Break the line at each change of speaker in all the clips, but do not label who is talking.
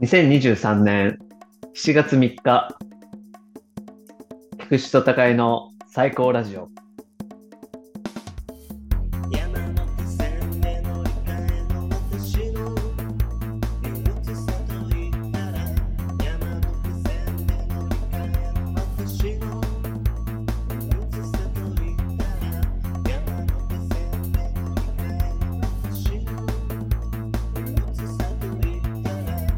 2023年7月3日、福士と高井の最高ラジオ。
山手線で乗り換えの私の憂鬱さと言ったら山手線で乗り換えの私の憂鬱さと言ったら山手線で乗り換えの私の憂鬱さと言ったら山手線で乗り換えの私の憂鬱さと言ったら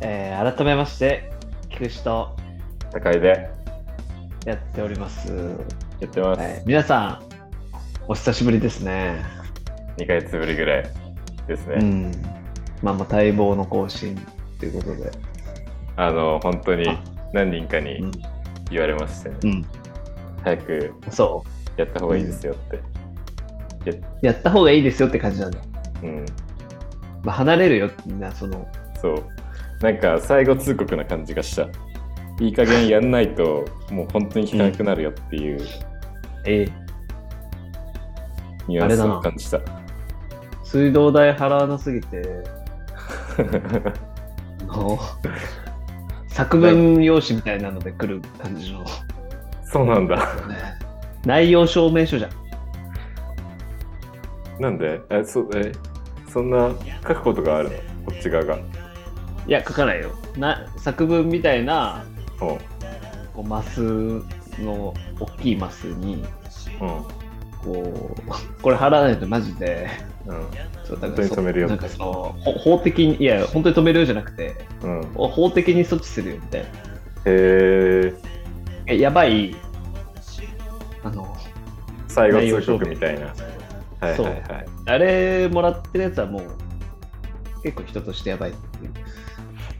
えー改めまして、菊池と
高いで
やっております。
やってます、
はい、皆さん、お久しぶりですね。
2ヶ月ぶりぐらいですね、
うん。まあまあ、待望の更新ということで。
あの本当に
あ
何人か
うん
に言われましてね、
うん。
早く
そ
やった方がいいですよって、
う。やった方がいいですよって感じなんだ。
うん
まあ、離れるよ、みんな、その、
そうなんか最後通告な感じがしたいい加減やんないともう本当に聞かなくなるよっていう
えー
ニュアンス
あれだ
を
な
感じた、
水道代払わなすぎて、あの作文用紙みたいなので来る感じの、
そうなんだ
ね、内容証明書じゃん
なんでえそえそんな書くことがあるのこっち側が
いや書かないよな作文みたいな
うん
こうマスの大きいマスに
うん
こう これ払わないとマジで
うん
そうだ
本当に止めるよ
なんかそのほ法的にいや本当に止めるよじゃなくて
うん、へ
法的に措置するよみたいな
え
えやばいあの
最後通告みたいなはい
そう
はいはい
あれもらってるやつはもう結構人としてやばいっていう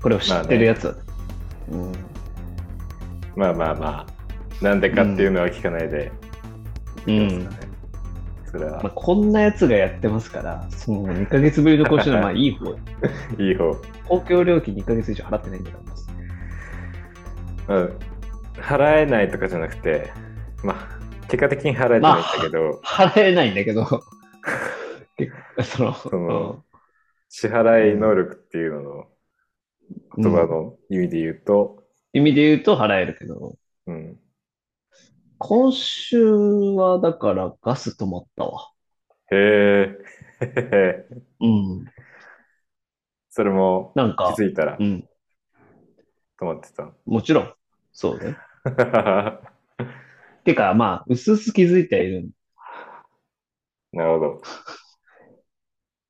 これを知ってるやつは、うん
まあまあまあ、なんでかっていうのは聞かないで、
うん
ねそれ
まあ、
は
こんなやつがやってますからその2ヶ月ぶりの更新のまあいい方
いい方。
公共料金2ヶ月以上払ってないんだから
うん、払えないとかじゃなくて、まあ、結果的に払えてないんだけど、
払えないんだ けど結構その
その支払い能力っていうのの
うん
言葉
うん
の意味で言うと、
意味で言うと払えるけど
うん、
今週はだからガス止まったわ
へえ、
うん
それも
なん
気
か、
づいたら
うん、
止まってた。
もちろんそうねてか、まあ、うすうす気づいてはいる。
なるほど。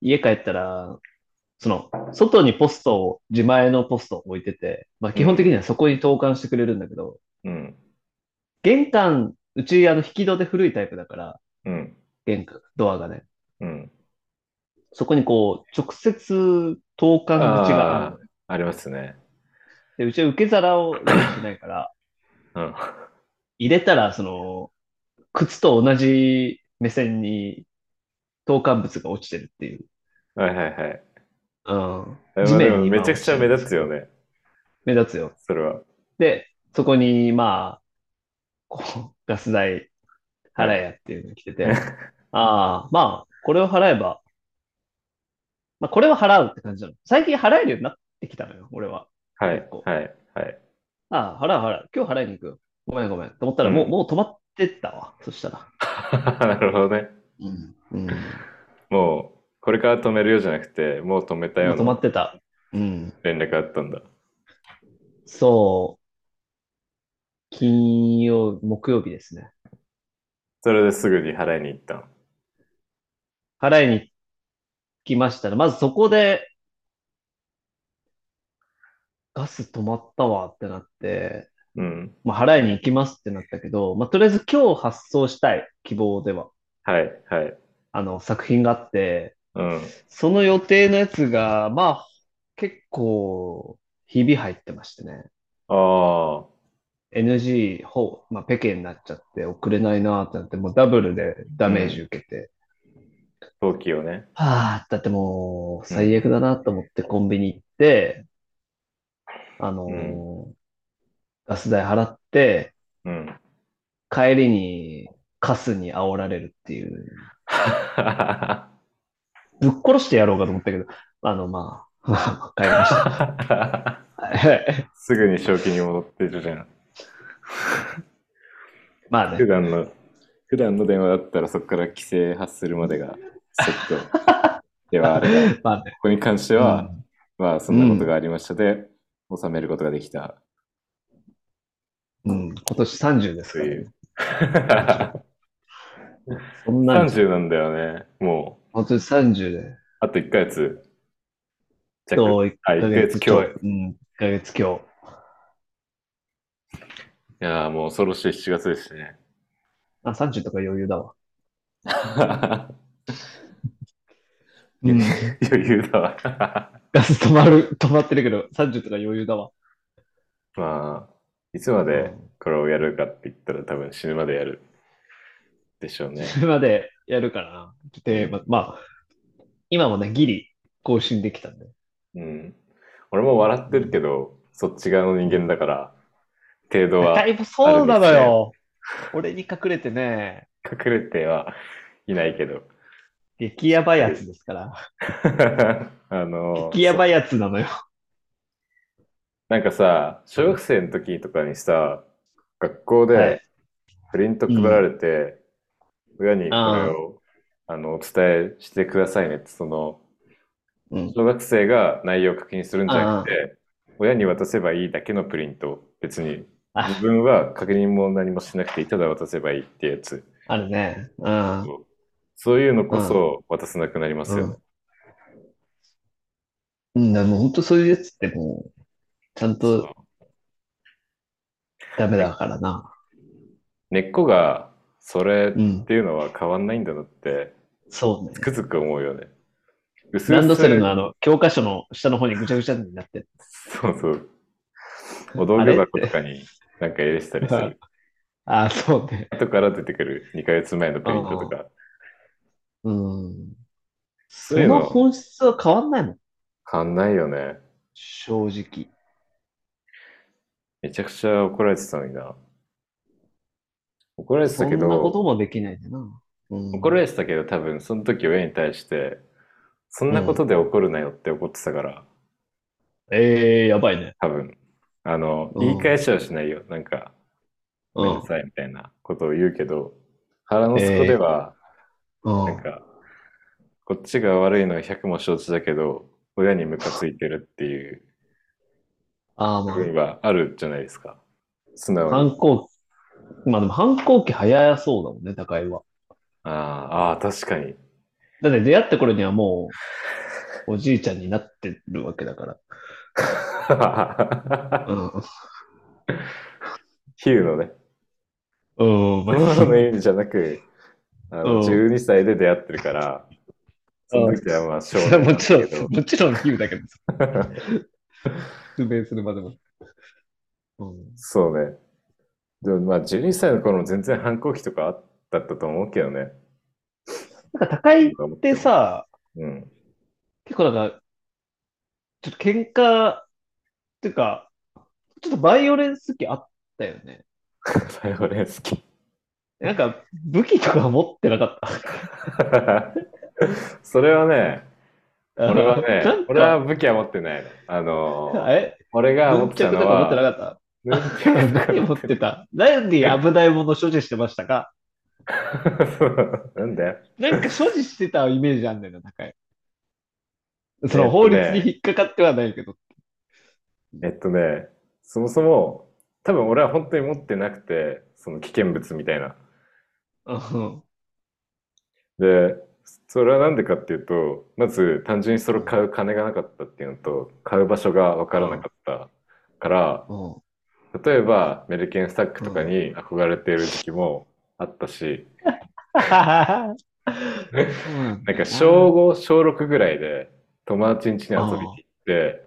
家帰ったら、その、外にポストを、自前のポストを置いてて、まあ、基本的にはそこに投函してくれるんだけど、
うん、
玄関、うち、あの、引き戸で古いタイプだから、
うん、
玄関、ドアがね、
うん。
そこにこう、直接投函口がある
あーありますね。
で、うちは受け皿を用意してないから、
うん、
入れたら、その、靴と同じ目線に投函物が落ちてるっていう。
はいはいはい。
うん。
えまあ
地面
で
に
も
今
めちゃくちゃ目立つよね、
目立つよ。
それは。
で、そこに、まあ、こう、 ガス代払えやっていうのが来てて、ああ、まあ、これを払えば、まあ、これは払うって感じなの。最近払えるようになってきたのよ、俺は。
はい
結構、
はい、はい。
ああ、払う払う。今日払いに行くよ。ごめんごめん。と思ったら、
うん
もう、もう止まってったわ。そしたら。
なるほどね。
うん。うん。も
もう、これから止めるよじゃなくて、もう止めた
う
よう
止ま
な
ってた。うん。
連絡あったんだ。
そう。金曜、木曜日ですね。
それですぐに払いに行ったの。
払いに来ましたら、まずそこで、ガス止まったわってなって、
うん。
まあ、払いに行きますってなったけど、まあ、とりあえず今日発送したい希望では、
はい、はい。
あの、作品があって、
うん。
その予定のやつが、まあ、結構、日々入ってましてね。
あ
NG 方、まあ、ペケになっちゃって、送れないなってなって、もうダブルでダメージ受けて、
あ、陶器をね。
はあ、だってもう最悪だなと思ってコンビニ行って、あのーガス代払って、
うん。
帰りにカスに煽られるっていう、ぶっ殺してやろうかと思ったけど、あの、まあ、まあ、 帰りました。はい
すぐに正気に戻ってるじゃん。
まあ
普
ね、
段の、普段の電話だったらそこから規制発するまでが、セットではあるが、こ
まあね。
こに関しては、まあ、そんなことがありましたで、収めることができた
うん、うん今年30です
と
から
い
ね
う。。30
そんなん、
なんだよね。もう、
本当に30で、
あと1ヶ月。じゃあ
と1
あ
ヶ
1ヶ月
月強
今日。
うん、1ヶ月強。
いやーもう恐ろしい7月ですね。
あ、30とか余裕だわ。
余
うん
裕だわ。
ガス止まる、止まってるけど、30とか余裕だわ。
まあ、いつまでこれをやるかって言ったら多分死ぬまでやるでしょうね。
それまでやるからな。で、ま、まあ、今もね、ギリ更新できたんで。
うん。俺も笑ってるけど、そっち側の人間だから、程度は
だいぶそうなのよ。俺に隠れてね、
隠れてはいないけど。
激ヤバいやつですから。
あの、
激ヤバいやつなのよ。
なんかさ、小学生の時とかにさ、学校
はい
でプリント配られて、親にこれをあのお伝えしてくださいねって、その、
うん。
小学生が内容を確認するんじゃなくて、親に渡せばいいだけのプリント、別に
あ
自分は確認も何もしなくていい、ただ渡せばいいってやつ。
あるね。うん。
そういうのこそ渡さなくなりますよね。
うん、でも本当そういうやつってもう、ちゃん
そ
と
う
ダメだからな。
根っこがそれ
う
っ
ん。
ていうのは変わんないんだなって、
そうね
つ。くづく思うよね。薄
ラ
々
ンドセルのあの、教科書の下の方にぐちゃぐちゃになって。
そうそう。お道具箱とかになんか入れてたりす
あれっ
る。
ああ、そうね。
後から出てくる2ヶ月前のプリントとか
うん。そ
そういうの
の本質は変わんないもん。
変わんないよね。
正直。
めちゃくちゃ怒られてたのにな。怒られて
そ
たけ
んなこと
ど、
もできないでな。うん
怒られてたけど多分その時親に対して、そんなことで怒るなよって怒ってたから、
ええやばいね。
多分。あの、
うん
言い返しはしないよ。なんか、ご
う
めん
ん
な。さいみたいなことを言うけど、腹の底では、
うん
なんか、こっちが悪いのは100も承知だけど、親にムカついてるっていう
ああ、ま
部分はあるじゃないですか。素
あ、
直に。
反抗期。まあでも反抗期早そうだもんね、高井は。
ああああ、確かに。
だって出会った頃にはも う、おじいちゃんになってるわけだから。うん。
比喩のね、
うん、ま
本
あ
当の意味じゃなく、あ
うん
の12歳で出会ってるから、その時はまあ少年なんだ
もちろ
けど
ん、、もちろん比喩だけど、 説明するまでも。うん。
そうね。でもまあ12歳の頃も全然反抗期とかあっただったと思うけどね。
なんか高井っ、
って
さ、
うん、
結構なんか、ちょっと喧嘩っていうか、ちょっとバイオレンス期あったよね。
バイオレンス好き。
なんか、武器とか持ってなかった。
それはね、俺 は
な
ね
ん、か
俺は武器は持ってないの。あの ー、
え
俺が持
文
ってた
着と
の
か持って
は、
なかった
文脚とか
何持ってた何で危ないもの所持してましたか
そう なんだよ。
なんか所持してたイメージあんだよな、高い。そ
え
の
っと
法
ね
律に引っかかってはないけど。
えっとね、そもそも、多分俺は本当に持ってなくて、その危険物みたいな。
うん
で、それはなんでかっていうと、まず単純にそれを買う金がなかったっていうのと、買う場所がわからなかったから、
うん
例えばメリケンスタックとかに憧れている時期もあったし、なんか小5、小6ぐらいで友達ん家に遊びに行って、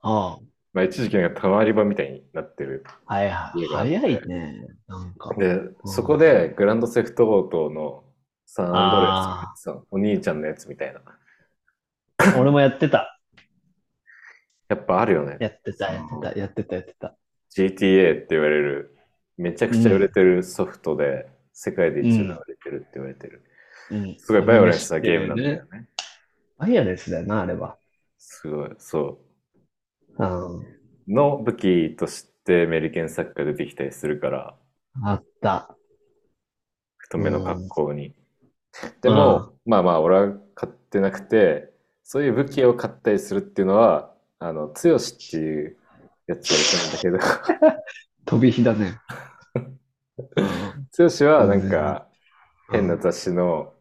あ
まあ一時期なんか泊まり場みたいになってる。
あ、はいはい。
家があって
早いね。なん か。
で、そこでグランドセフトオートのサンアンドレ
あ
アスのお兄ちゃんのやつみたいな。
俺もやってた。
やっぱあるよね。
やってた、やってた、やってた、やってた。
GTA って言われる、めちゃくちゃ売れてるソフトで、世界で一番売れてるって言われてる。
うん。
すごいバイオレンスなゲームなんだよね。
バイオレンスだよな、あれは。
すごい、そ
うん。
う。の武器としてメリケンサッカー出てきたりするから、
あった。
太めの格好に。
う
で
ん
も、まあまあ、俺は買ってなくて、そういう武器を買ったりするっていうのは、あの、強しっていうやつやるんだけど、
飛び火だね。
剛はなん
うん
か変な雑誌の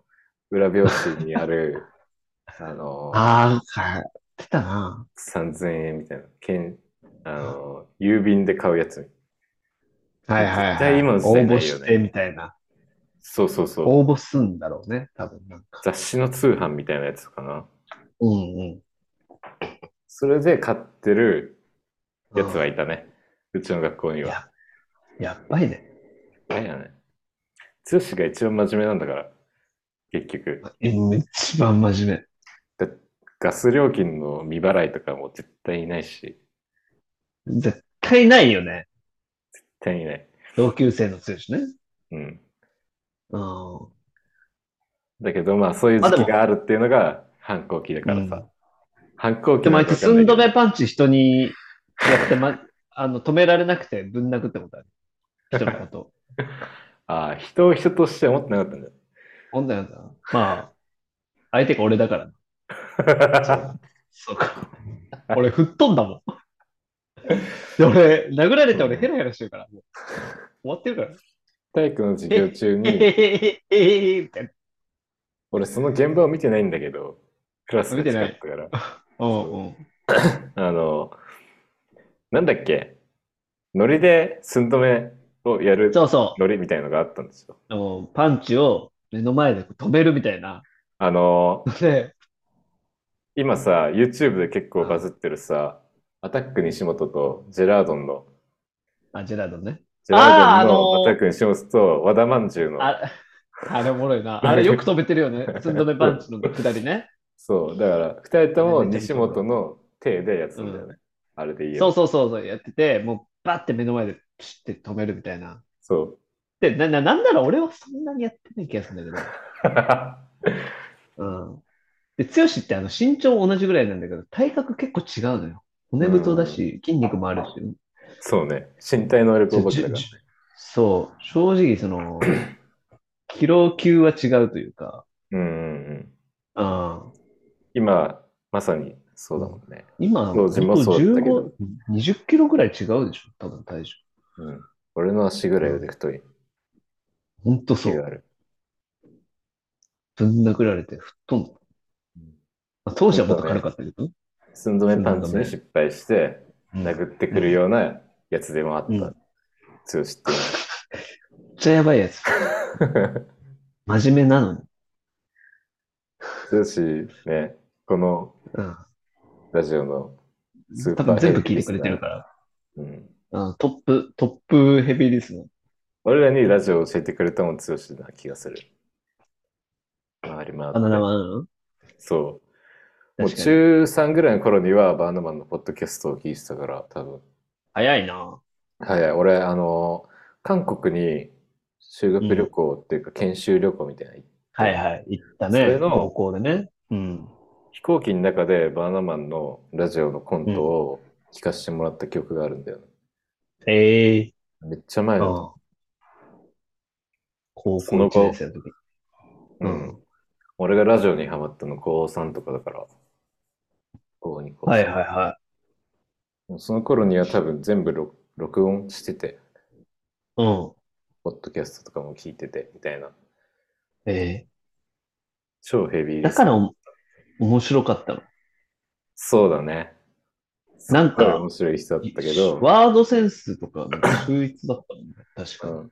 裏表紙にある、あの、
ああ、やってたな。
3000円みたいな、けんあの郵便で買うやつ。
はいはい、はい。
絶対今の時
応
代ないよね
募してみたいな。
そうそうそう。
応募すんだろうね、多分なんか。
雑誌の通販みたいなやつかな。
うんうん。
それで買ってるやつは
うん
いたね。うちの学校には。
やっばいね。
あれやね。剛が一番真面目なんだから、結局。
うん一番真面目。
だガス料金の未払いとかも絶対いないし、
絶対ないよね。
絶対いない。
同級生の強しね。
うん。
うん。
だけどまあそういう
まあで
時
も
期があるっていうのが反抗期だからさ。反抗期
でもあ
ないんか
つ
わ
寸
かないけ
止
ど
めパンチ人にやって、ま、 あの止められなくてぶん殴ったことある。人のことを。
ああ、人を人として思ってなかったんだよ。
ほんだよな。まあ、相手が俺だからな。そうか。俺吹っ飛んだもん。で俺、殴られて俺ヘラヘラしてるから。もう終わってるから。
体育の授業中
えへ
に、
へへへへみたいな。
俺その現場を見てないんだけど、クラスが近かったから。
うんうん。
あの、なんだっけ、ノリで寸止めをやる
そうそ
ノリみたいのがあったんですよ。
う。もうパンチを目の前で止めるみたいな。
あの、
で、
今さ、YouTube で結構バズってるさ、アタック西本とジェラードンの、
あ、ジェラードンね。
ジェラ
あ
ー
ー
ドン
あのー
のアタック西本と和田まんじゅうの、
ああれおもろい な。あれよく止めてるよね。寸止めパンチのくだりね。
そう、だから二人とも西本の手でやつなんだよね。あれでいいよ。
そうそうそうそう、やってて、もうバッて目の前でプシュって止めるみたいな。
そう。
で、な、な、なんなら俺はそんなにやってない気がするんだけど。うん。で、剛ってあの身長同じぐらいなんだけど、体格結構違うのよ。骨太だし、筋肉もあるし。
そうね。身体能力を持っ
じ
て
ゅ
たから
じゅそう、正直そ の、キロ級は違うというか、
うんうんうん。
うん。
今、まさにそうだもんね。
今、
当時もそうだったけど
本当15 20キロぐらい違うでしょ、多分体重。
うん。俺の足ぐらい腕太い
ほんとそ
気が
う。
ある。
ぶん殴られて吹っ飛んだ。まあ当時はもっと軽かったけどね。
寸止めパンチに失敗して、殴ってくるようなやつでもあっ
うん
た。強しってい
め
う
っちゃやばいやつ。
の は。
真面目なのに。
強し、ね、この
う
ラジオのスー
ん。
パ
多
ー
分全部聞いてくれてるから。
うん、
うん、トップ、トップヘビーリスナー。
俺らにラジオを教えてくれたもん強しな気がする。回り回って
バナナマンなの
そう。もう
確かに。
中3ぐらいの頃にはバーナマンのポッドキャストを聞いてたから、多分。
早いな。
はい、俺、あの、韓国に修学旅行っていうか研修旅行みたいなの行って、
はいはい。行ったね。
それの
高校でね。うん。
飛行機の中でバナナマンのラジオのコントを聞かせてもらった記憶があるんだよね。
ええ
めっちゃ前
う
の、
ん。高
そ
校1
の後
年生の時。
う
うん
ん。俺がラジオにハマったの高3とかだから、高2、高
はい
3。
はいは
もうその頃には多分全部録録音してて、
い。うん。
ポッドキャストとかも聞いてて、みたいな。
ええ
超ヘビー
だ
リス
か
ナー
らお面白かったの。
そうだね。
なん
すっごい
か
面、白い人だったけど、
ワードセンスとか、秀逸だったもんね。確
う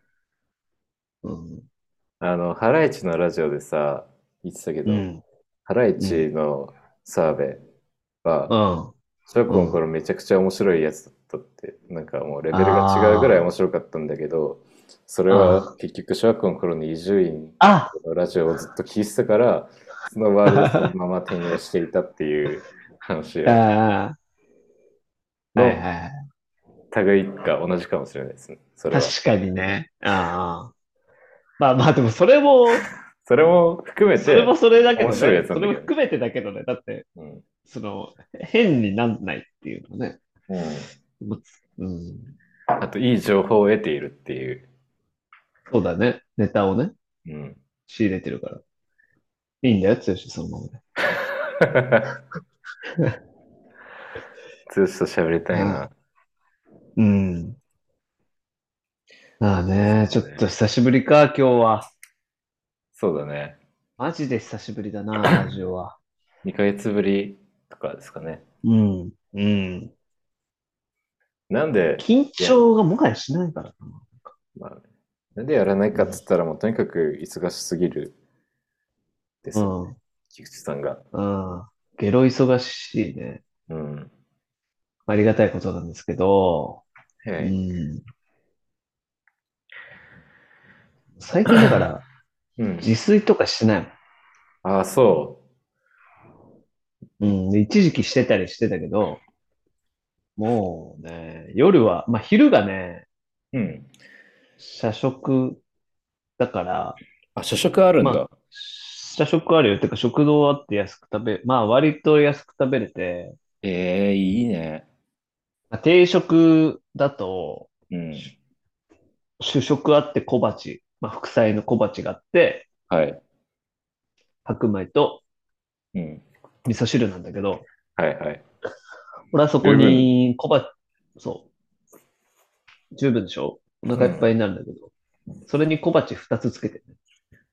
か
ん
に。うん。
あの、ハライチのラジオでさ、言ってたけ
う
ど、
ん。
ハライチの澤部
う
は、
ん。
小学校の頃めちゃくちゃ面白いやつだったって、なんかもうレベルが違うぐらい面白かったんだけど、それは結局小学校の頃に伊集院
あ
のラジオをずっと聞いてたから、そのワールドそのまま転用していたっていう話を、
あああ。
の
はいはいはい。
類が同じかもしれないですね。それは。
確かにね。ああ。まあまあ、でもそれ も、
それも含めて、
それもそれだけどね。
面白いやつな
そ
んだけど
れも含めてだけどね。だって、
うん
その、変になんないっていうのね。
うん
うん。
あと、いい情報を得ているっていう。
そうだね。ネタをね、
うん。
仕入れてるから。いいんだよ、剛、そのままで。
ずっと喋りたいな。
うん。まあね、ちょっと久しぶりか、今日は。
そうだね。
マジで久しぶりだ な、ラジオは。
2ヶ月ぶりとかですかね。
うん。うん。
なんで、
緊張がもはやしないからな。
まあ、なんでやらないかって言ったら、もうとにかく忙しすぎるです、
うん。
菊池さんが。
うん。ゲロ忙しいね。
うん。
ありがたいことなんですけど、
は
う
い。
ん。最近だから、
うん。
自炊とかしないもん。
ああ、そ
うん、で一時期してたりしてたけど、もうね、夜は、まあ昼がね、
う。うん。
社食だから、
あ、社食あるん
ま
だ
あ。社食あるよ。てか食堂あって安く食べ、まあ割と安く食べれて、
ええいいね。
まあ定食だと、
うん。
主食あって小鉢、まあ副菜の小鉢があって、
はい。
白米と
うん。
味噌汁なんだけど、
はいはい。
俺はそこに小鉢、そう。十分でしょお腹いっぱいになるんだけど、それに小鉢二つつけてね。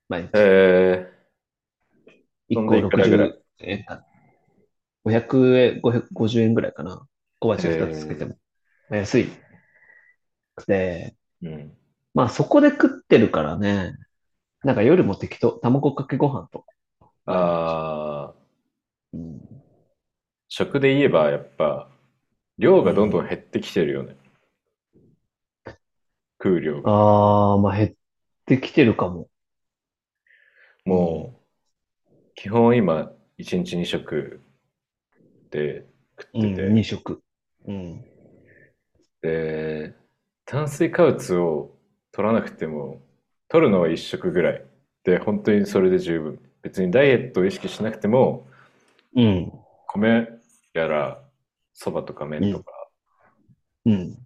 毎日。
え
一
そん
個
でいくらぐらい
60円かな。500円、550円ぐらいかな。小鉢2つつけても。まあ安い。で、
えうん。
まあそこで食ってるからね。なんか夜も適当。卵かけご飯とか。
ああ、
うん、
食で言えばやっぱ、量がどんどん減ってきてるよね。食う量が。
ああ、まあ減ってきてるかも。
もう、基本今、1日2食で食
うん、
って
2食。うん。
て、で、炭水化物を取らなくても、取るのは1食ぐらい。で、本当にそれで十分。別にダイエットを意識しなくても、
うん。
米やら、そばとか麺とか、
うん。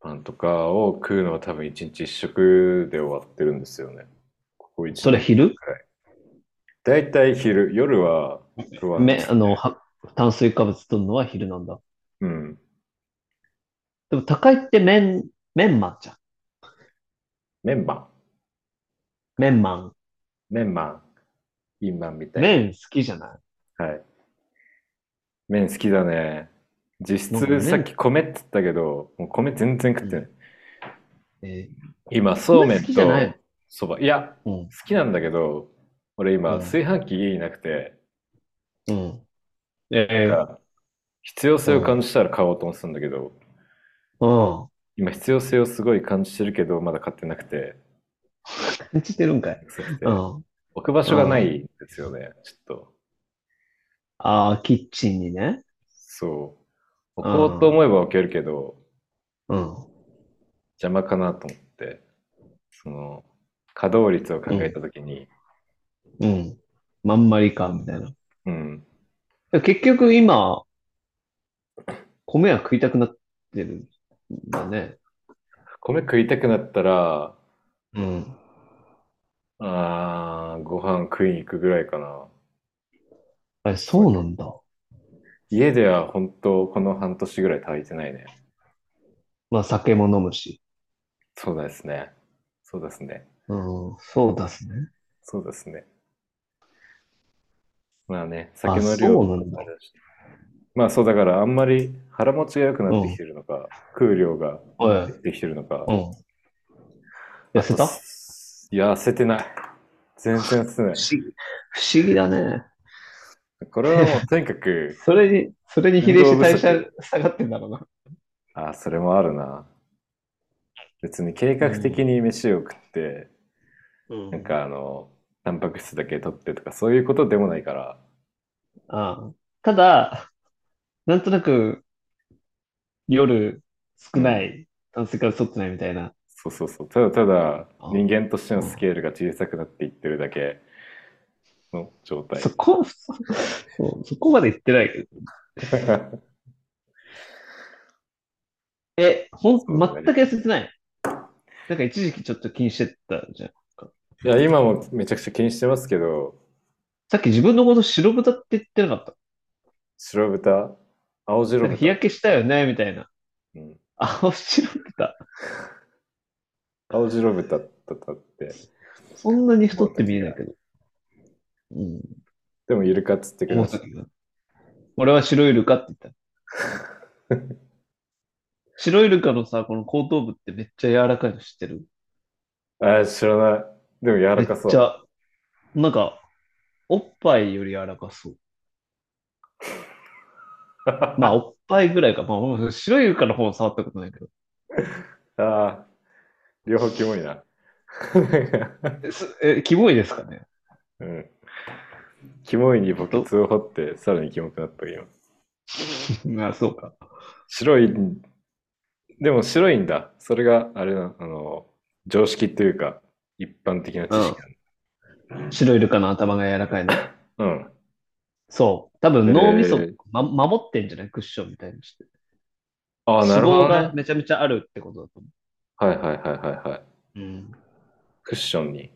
パンとかを食うのは多分一日一食で終わってるんですよね。ここ一
それ
年。
昼
だいたい昼、夜は食わない
め、あの、は炭水化物とるのは昼なんだ。
うん。
でも高いって麺、メンマンじゃん。
メンマ
メンマン。
ン。メンマン。インマンみたいな。
麺好きじゃない
はい。麺好きだね。実
なんか
質
麺
さっき米って言ったけど、もう米全然食ってない。
え
今、そうめん
好きじゃ
と
ないの
そば。いや、
う
好
ん。
きなんだけど、俺今
うん
炊飯器家になくて、
うん。え
だから必要性を感じたら買おうと思ってたんだけど、
うん。
今必要性をすごい感じてるけどまだ買ってなくて
感じてるんかい。うん。
置く場所がないんですよねちょっと
ああ、キッチンにね。
そう置こうと思えば置けるけど
うん。
邪魔かなと思って、その、稼働率を考えたときに、
うん。まんまりか、みたいな。
うん、
結局今、米は食いたくなってるんだね。
米食いたくなったら、
うん。
あー、ご飯食いに行くぐらいかな。
あれ、そうなんだ。
家では本当この半年ぐらい炊いてないね。
まあ、酒も飲むし。
そうですね。そうですね。
うん、そうですね。
そうですね。まあね、酒の
そ
量
うなんだ
もあれだしまあそうだからあんまり腹持ちが良くなってきてるのか、食う量が
おい、
できてるのか
う。ん。痩せた
あと痩せてない。全然痩せてない。
不思議。不思議だね。
これはもうとにかく、
それに、それに比例して代謝下がってんだろうな。
あ、それもあるな。別に計画的に飯を食って、
うん
なんかあの、タンパク質だけ取ってとかそういうことでもないから、
ああただ、なんとなく、夜、少ない、炭水化物取ってないみたいな。
そうそうそう、ただただ
あ
人間としてのスケールが小さくなっていってるだけの状態
そ。こ、そうそこまで言ってないけど。え、ほん、
そうだね
全く痩せてない。なんか一時期ちょっと気にしてたじゃん。
いや、今もめちゃくちゃ気にしてますけど、
さっき自分のこと白豚って言ってなかっ
白豚、青
た。
白
なんか日
豚、
焼けしたよね、みたいな。
うん、
青白豚。
青白豚だったって、
そんなに太って見えないけど。うん。
でもイルカっつってく
思
れ
っ
ま
た
し
けど。俺は白イルカって言った。 白イルカのさ、この後頭部ってめっちゃ柔らかいの知ってる
た。あ、知らない。でも柔らかそ
めっち
う。
ゃ、なんか、おっぱいより柔らか そう。まあ、おっぱいぐらいか。まあ俺も、白イルカの方は触ったことないけど。
ああ、両方キモいな。
えすえ、キモいですかね
うん。キモいに墓穴を掘って、さらにキモくなった今。
あ、そうか。
白い、でも白いんだ。それが、あれな、あの、常識というか、一般的な知識
白イルカの頭が柔らかいの。
なんだ。うん。
そう。多分脳みそ、
えー
ま、守ってんじゃないクッションみたいにして。
ああ、な
脂
るほ
肪
ど
が
ね。
めちゃめちゃあるってことだと思
はいはいはいはいはい。
う。うん。
クッショ ンに。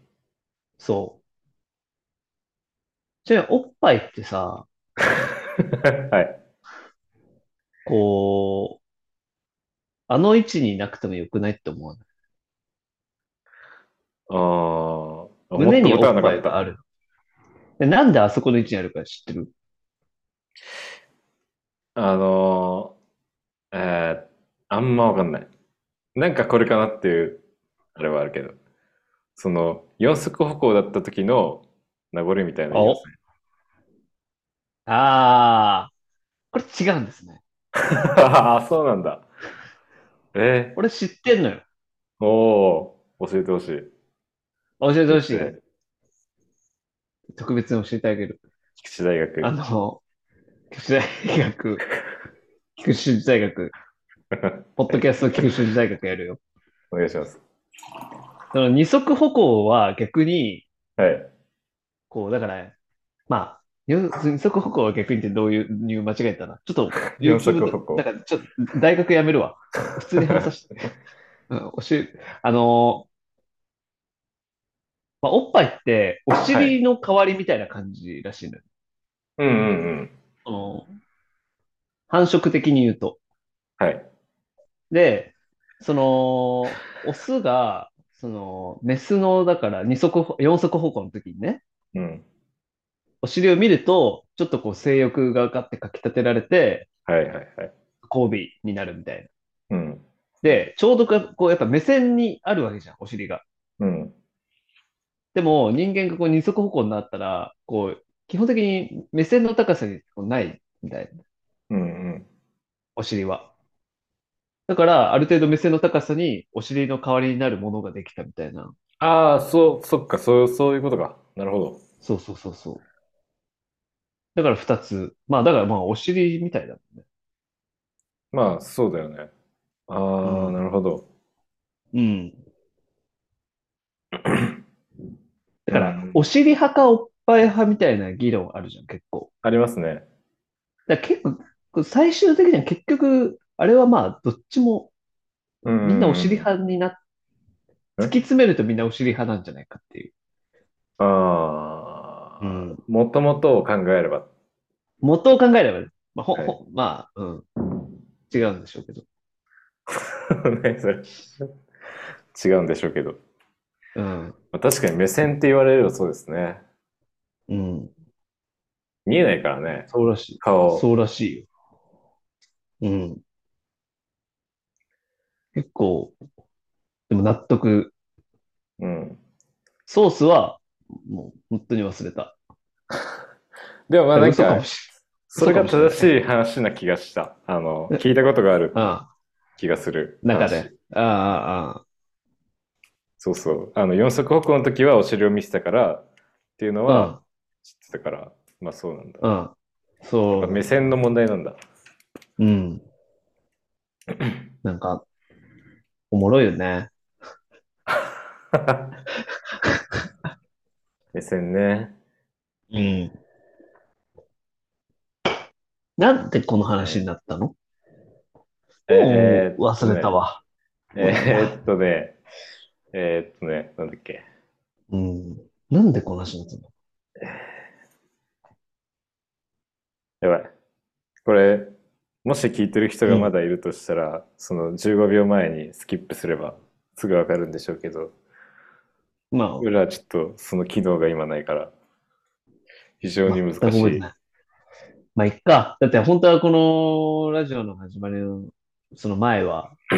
そう。じゃあ、おっぱいってさ、
はい。
こう、あの位置になくてもよくないって思わない
ああ、思った
胸に
こ
お
とはな
っ
か
ぱ
っ
いが
た。
ある。でなんであそこの位置にあるか知ってる
あのー、えー、あんまわかんない。なんかこれかなっていう、あれはあるけど。その、四足歩行だった時の名残みたいな。
あおああ、これ違うんですね。
ああ、 そうなんだ。え
俺知ってんのよ。
ー、おお、教えてほしい。
教えてほしい。
菊
特別に教えてあげる。
池大学。
あの、菊池大 学、菊池大学、ポッドキャスト菊池大学やるよ。
お願いします。
その二足歩行は逆に、
はい。
こう、だから、まあ、四二足歩行は逆にってどういう、いう間違えたな。ちょっと、
四足歩行
だから、ちょっと、大学やめるわ。普通に話させて。うん、おし、あのーまあ、おっぱいって、お尻の代わりみたいな感じらしいのよ。
うんうんうん。
その繁殖的に言うと。
はい。
で、その、オスが、その、メスの、だから、二足歩、四足歩行の時にね、
うん。
お尻を見ると、ちょっとこう性欲がかってかき立てられて、
はいはいはい。
交尾になるみたいな。
うん。
で、ちょうどかこう、やっぱ目線にあるわけじゃん、お尻が。
うん。
でも、人間がこう二足歩行になったら、こう、基本的に目線の高さにこうないみたいな、
うんうん。
お尻は。だから、ある程度目線の高さにお尻の代わりになるものができたみたいな。
ああ、そう、そっか、そう、そういうことか。なるほど。
そうそうそうそう。だから二つ。まあ、だからまあ、お尻みたいだもんね。
まあ、そうだよね。ああ、なるほど。
うん。だから、
うん
お尻派かおっぱい派みたいな議論あるじゃん、結構。
ありますね。
だから結構、最終的には結局、あれはまあ、どっちも、
み
みんなお尻派になっ、
え
突き詰めるとみんなお尻派なんじゃないかっていう。
ああ、
ん。
もともとを考えれば。
元を考えればね、まあ、ほ、
はい
ほ、まあ、うん。違うんでしょうけど。
ねそれ違うんでしょうけど。
うん。
まあ確かに目線って言われればそうですね。
うん。
見えないからね、
そうらしい。
顔。
そうらしいよ。うん。結構、でも納得。
うん。
ソースは、もう本当に忘れた。
でもまあなん
嘘かも
か、
し
それが
嘘かも
正し
しれ
い話な気がした。あの、
え
聞いたことがある
れない。あ
気がする。
あ、中
話
で。ああ、ああ、
そうそう。あの、四足歩行の時はお尻を見せたからっていうの
あ
は知ってたから、まあそうなんだ。
あ、ああ。そ
やっぱ
う。
目線の問題なんだ。
うん。なんか、おもろいよね。
目線ね。
うん。なんでこの話になったの
えー
もう忘れたわ。
えーっとね、えーっとね、なんだっけ。
うん。なんでこの話になったの
やばい。これ、もし聞いてる人がまだいるとしたら、その15秒前にスキップすればすぐわかるんでしょうけど、
まあ、
俺らはちょっとその機能が今ないから、非常に難し
全く覚えて
い。
ない。まあ、いっか。だって本当はこのラジオの始まりの、その前は、
う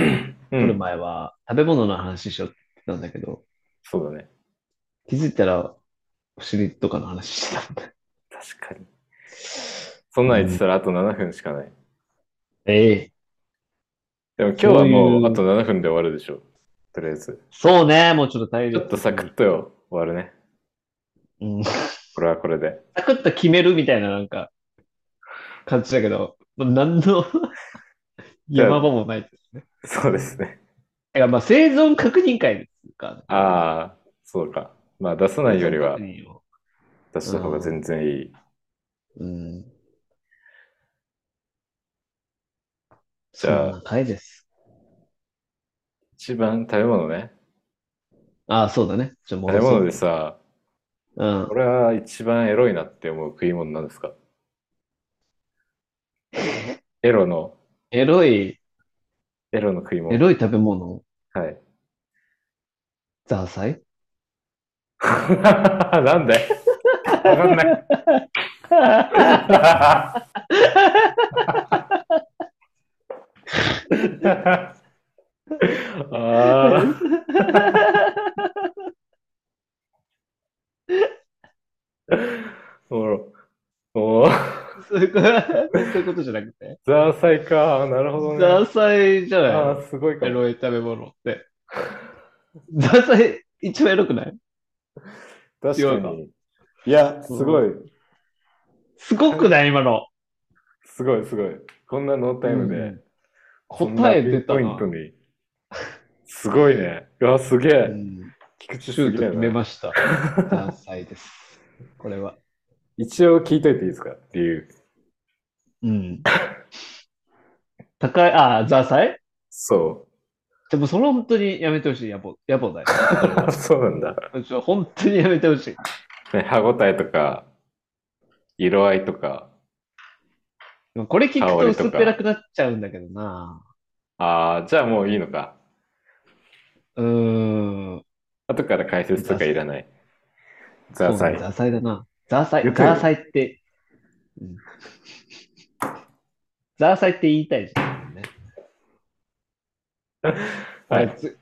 撮る
ん、
前は、食べ物の話しようって言ってたんだけど、
そうだね。
気づいたら、お尻とかの話してたんだ。
確かに。そんなん言ってたらあと7分しかない。
ええ
でも今日
そ
はも
ういう
うあと7分で終わるでしょ。とりあえず。
そうね、もうちょっと体
ちょ
力。
っとサクッとよ、終わるね。
うん
これはこれで。
サクッと決めるみたいななんか、感じだけど、もう何の山場もない。だか
そうですね。
らまあ生存確認会ですか。
ああ、そうか。まあ出さ
あ
ないよりは
確認を。
出した方が全然いい。
うん。
じゃあ
そんな回です。
一番食べ物ね。
ああ、そうだね。じゃあ
食べ
戻そう
物でさ、
うん
こ。れは一番エロいなって思う食い物なんですかエロの、
エロい、
エロの食い物。
エロい食べ物、
はい。
ザーサイ
なんでわかんない。 あーおもろ。おー
そういうことそういうことじゃなくて。
ザーサイか。なるほどね。
ザーサイじゃない
あ
の
ーすごいか
エ
も。
ロい食べ物って。ザーサイ、一番エロくない
確
違
か
うか
に。いや、すごい。
すごくない今の。
すごい、すごい。こんなノータイム
う
で
ん。答え出た
こん
な
な。ピンポイントに。すごいね。うわ、すげ
う
え。
ん、
菊池
シ
す
ュー
げ
ト
え
決め
な。
ま した。ザーサイです。これは。
一応聞いといていいですか理由。
うん。高い、ああ、ザーサイ
そ
でもそれは本当にやめてほしい。野暮、野暮だよ。
う。そうなんだ。
ちょ本当にやめてほしい。
ね、歯ごたえとか、色合いとか。
まあこれ聞く
香
と
りと
薄
か
っぺらくなっちゃうんだけどな。
ああ、じゃあもういいのか。
うーん。
後から解説とかいらない。ザーサ
そうね
イ。
ザーサイだな。ザーサイ、
よく
ザーサイって。うんザーサイって言いたいじゃん、ね。
は
俺
い
つ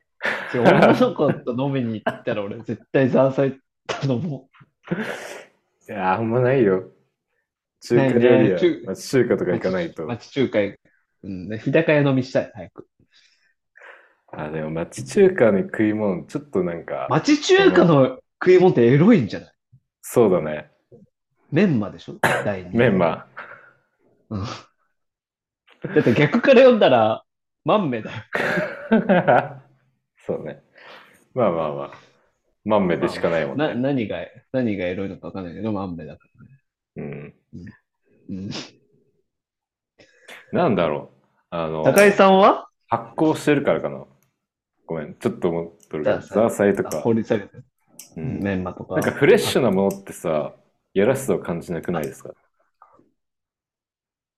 つ女の子と飲みに行った ら俺絶対ザーサイ頼も
いやー、あんまないよ。中華料
ない
理
ね
や
中
町中華と
う。
か行かないと。
町中華、うんね、日高屋飲みしたい、早く。
あ、でも町中華の食い物、ちょっとなんか、
町中華の食い物ってエロいんじゃない
そうだね。
メンマでしょ第二
メンマ。
うんだって逆から読んだら、まんめだよ。
そうね。まあまあまあ。まんべでしかないもん
な、
ね。
何が、何がエロいのかわかんないけど、まんべだか
うん。
ら。うん。
なんだろう。あの、
高井さんは
発行してるからかな。ごめん。ちょっと思っとるけ
ザ
ど、
ーサイ
ザーサイと
あ
か。
掘り下げてる。
うん
メンマとか。
なんかフレッシュなものってさ、やらしさを感じなくないですか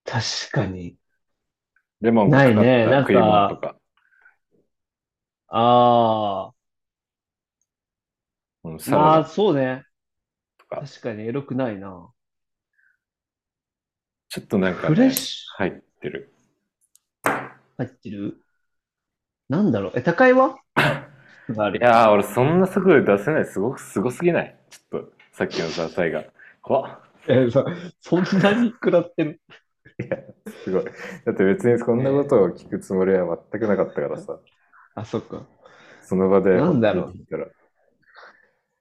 確かに。
レモンか
な
か
い
った
ねなんか
食い物とか。
ああ。
うん、サ
ま
ラ
あ、そうね。
か
確かにエロくないな。
ちょっとなんか、
フレッ
ね、
シ
入ってる。
ュ入ってるなんだろうえ、高い はあ
い
る。
やー、俺そんな速度で出せない。すごくすごすぎない。ちょっと、さっきのザーサイが。怖っ。
え、そ、そんなに食らってる。
すごい。だって別にそんなことを聞くつもりは全くなかったからさ。
あ、そっか。
その場で。
なんだろう
聞いたら。い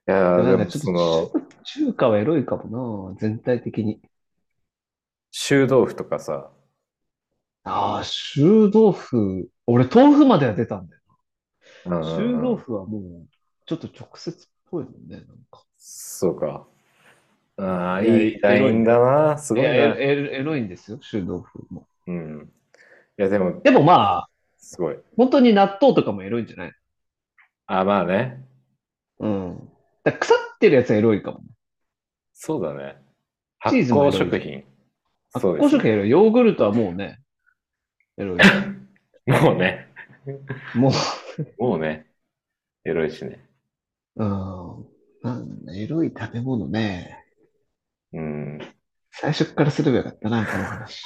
や
な
ー、で
んか
も
ちょっ
その、
と中、中華はエロいかもな。全体的に。
臭豆腐とかさ、
ああ、臭豆腐。俺、豆腐までは出たんだよ。
うんうんうん
臭豆腐はもう、ちょっと直接っぽいもんね。なんか。
そうか。ああ、
いや
いいラインだな。す
い
ごい
や、エ
な。
ロエロエロいんですよ、臭豆腐も。
うん。いや、でも、
でもまあ、
すごい。
本当に納豆とかもエロいんじゃない
あ、まあね。
うん。だから腐ってるやつはエロいかも。
そうだね。
チ
発
ーズもい
酵
ろいろ
食品。
発
そうで
酵
す
食品エロい。ヨーグルトはもうね、エロい。
もうね。
もう、
もうね。エロいしね。
うん。なんだエロい食べ物ね。
うん。
最初からすればよかったな、この話。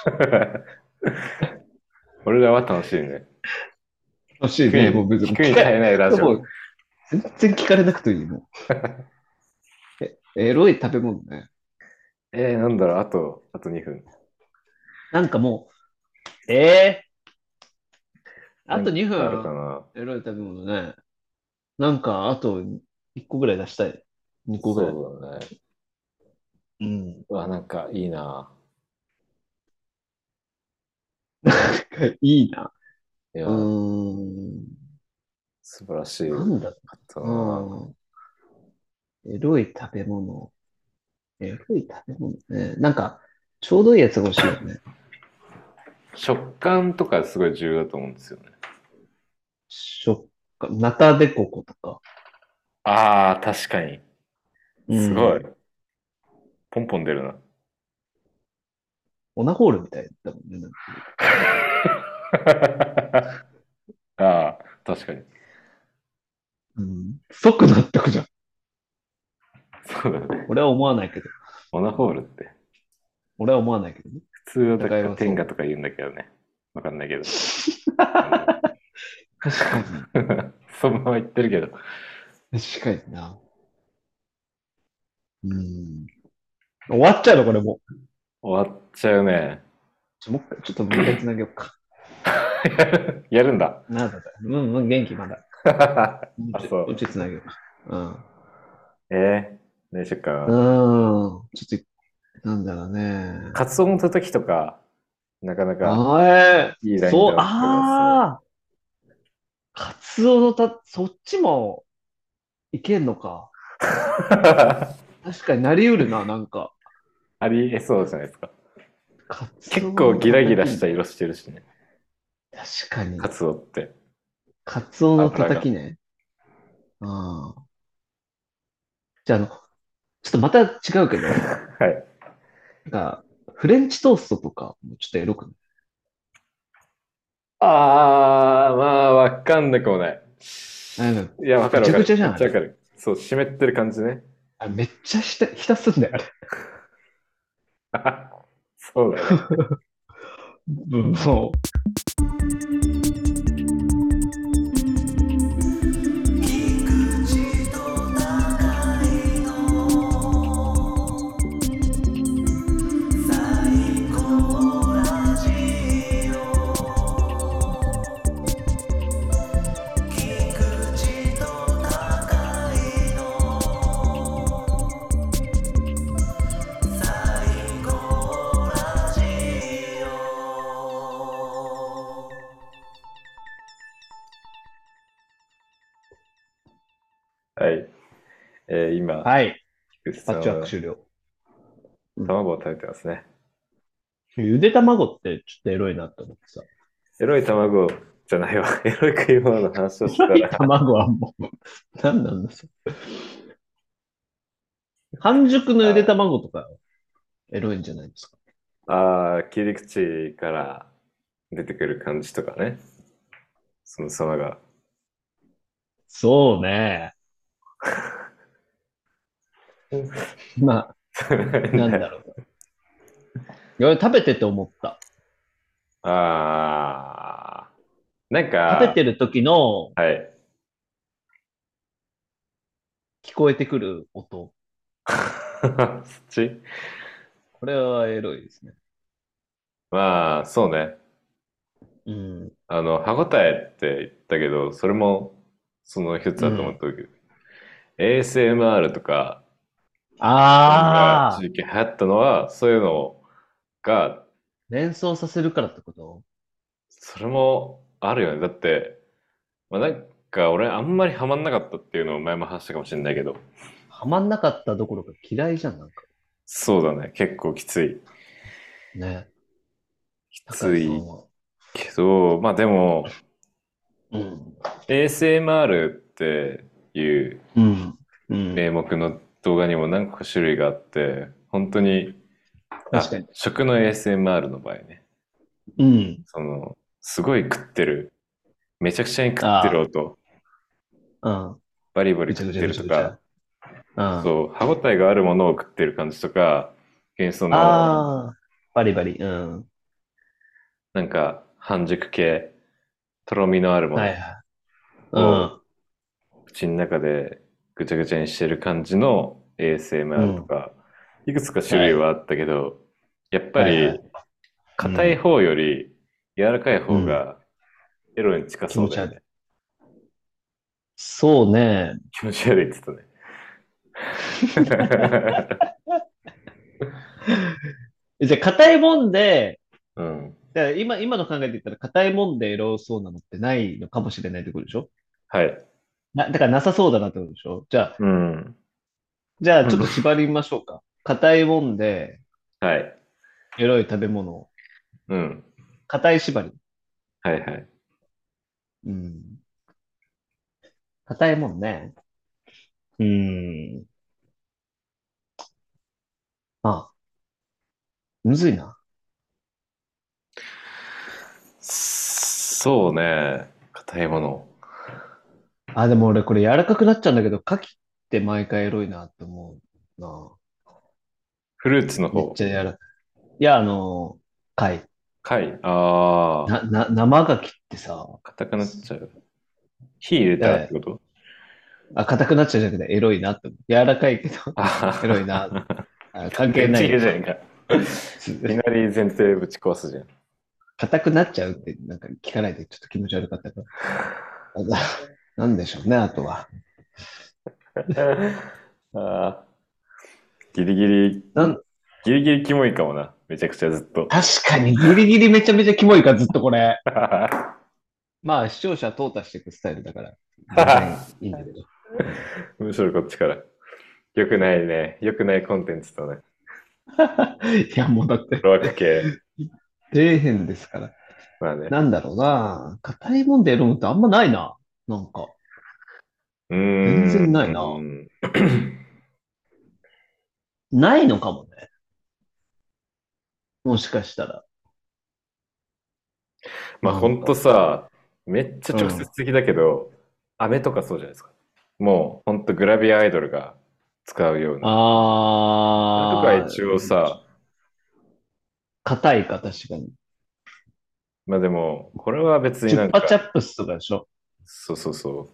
俺らは楽しいね。
楽しいね、
低い、
もう別
低
に。
い耐えないラジ
も
オ
う。全然聞かれなくていい、 もう。え、エロい食べ物ね。
えー、なんだろう、あと、あと2分。
なんかもう、えー、あと2
あるか
分。
な。
エロい食べ物ね。なんか、あと1個ぐらい出したい。2個ぐらい。
そうだね。
うん。
うわ、なんかいいな。
いいな。
いや、
うーん。
素晴らしい。
なんだろ
そううだな
うん。エロい食べ物。エロい食べ物ね。なんか、ちょうどいいやつが欲しいよね。
食感とかすごい重要だと思うんですよね。
食感、ナタデココとか。
ああ、確かに。
うん
すごい。。ポンポン出る な。
オナホールみたいだもんね。なんか
ああ、確かに。
うん。即納得じゃん。
そうだね。
俺は思わないけど。
オナホールって。
俺は思わないけどね。
普通はだか
高いはそ
ら
う
天下とか言うんだけどね。わかんないけど。
確かに。
そのまま言ってるけど。
確かにな。うん。終わっちゃうの、これも
終わっちゃうね。
う。ちょ、もう一回、ちょっともう一回繋げようか。
やるんだ。
なんだったうんうん、元気まだ。
あそう
うちつなげようか。
えー、何しよっか
う
な。
ん。うん。ちょっと、なんだろうね。
カツオのたたきとか、なかなか
あえ
いい
ー
ライン
そう、
だな
ああ。カツオのた、そっちも、いけんのか。
あ
確かになりうるな、なんか。
ありえそうじゃないですか。
カツオ
結構ギラギラした色してるしね。
確かに
カ。ツオって。
カツオのたたきね。ああ。じゃあ、あの、ちょっとまた違うけど、な
はい。
んか、フレンチトーストとか、ちょっとエロくない
あー、まあ、わかんなくもない。
なんか
いや、わかるわかる。
めちゃくちゃじゃん
めっわかる。そう、湿ってる感じね。
あめっちゃひた、ひたすんだよ、あれ。
そうだよ。
うん、そう。
Oh
えー今、
はい。
菊池さ
パ
ん
ッ
は
チワーク終了。
卵を食べてますね。
ゆで卵ってちょっとエロいなと思ってさ。
エロい卵じゃないわ。エロい食い物の話をし たら、
卵はもう、何なんだそれ。半熟のゆで卵とか、エロいんじゃないですか。
ああ、切り口から出てくる感じとかね。その様が。
そうね。 まあ、なんだろう。いや食べてて思った。
ああ、なんか、
食べてる時の
はい。
聞こえてくる音。
そっち
これはエロいですね。
まあ、そうね。
うん。
あの、歯応えって言ったけど、それもその一つだと思ったけど、ASMR とか、
ああ
一、時期流行ったのは、そういうのが、
連想させるからってこと
それもあるよね。だって、まあ、なんか俺あんまりハマんなかったっていうのを前も話したかもしれないけど、
はまんなかったどころか嫌いじゃん、なんか。
そうだね。結構きつい。
ね。
き
高
つ
橋さ
い
んは
けど、まあでも、
うん。
ASMR っていう
うん。うん。
名目の動画にも何個か種類があって、本当に、あ
確かに。
食の ASMR の場合ね、
うん。
その、すごい食ってる、めちゃくちゃに食ってる音、
うん。
バリバ
ぐ
リ
ちゃ
食
ぐ
っ
ちゃぐ
てる
ちゃぐ
と
ちゃ
か、。
うん。
そう、歯応えがあるものを食ってる感じとか、幻想の、
ああ、バリバリ。うん。
なんか、半熟系、とろみのあるもの
はい、はい。うん。
口の中でぐちゃぐちゃにしてる感じの ASMR とか、いくつか種類はあったけど、やっぱ
はいは
り
い
硬い方より柔らかい方がエロに近そうだよね。
そうね。
気持ち悪いって言っ てたね。
じゃあ、硬いもんで、
うん。
だから今、今の考えで言ったら、硬いもんでエロそうなのってないのかもしれないってことでしょ
はい。
な、だからなさそうだなってことでしょじゃあ、
うん。
じゃあ、ちょっと縛りましょうか。硬いもんで、
はい。
エロい食べ物を。
うん。
硬い縛り。
はいはい。
うん。硬いもんね。うん。あ、むずいな。
そうね。硬いもの。
あ、でも俺これ柔らかくなっちゃうんだけど、牡蠣って毎回エロいなって思うな。
フルーツの
めっ
方。
ちゃ柔らかい。いや、あの、貝。
貝。ああ。
な、な、生牡蠣ってさ、
硬くなっちゃう。火入れたらってこと
あ、硬くなっちゃうじゃなくて、エロいなって思う。柔らかいけど、
あ
エロいな。 あ関係な。
ないいじゃんか。いきなり前提ぶち壊すじゃん。
硬くなっちゃうって、なんか聞かないでちょっと気持ち悪かったから。あななんでしょうね、あとは。
あーギリギリ、
なん
ギリギリキモいかもな。めちゃくちゃずっ と。
確かにギリギリめちゃめちゃキモいから、ずっとこれ。
は
まあ、視聴者淘汰していくスタイルだから、全然いいんだけど。
むしろこっちから。よくないね。よくないコンテンツだね。
いや、もうだって、
ロック系。
底辺ですから。
まあね。
なんだろうな。硬いもんでエロむってあんまないな。なんか。
うー
全
ん
然ないな
うん
ないのかもね。もしかしたら。
まあほんとさ、めっちゃ直接的だけど、飴とかそうじゃないですか。もうほんとグラビアアイドルが使うような。
あ
と
ー。
か一応さ、
硬いか、確かに。
まあでも、これは別に
チュ
な
ッ
ん
パ
か、
チャップスとかでしょ。
そうそうそう。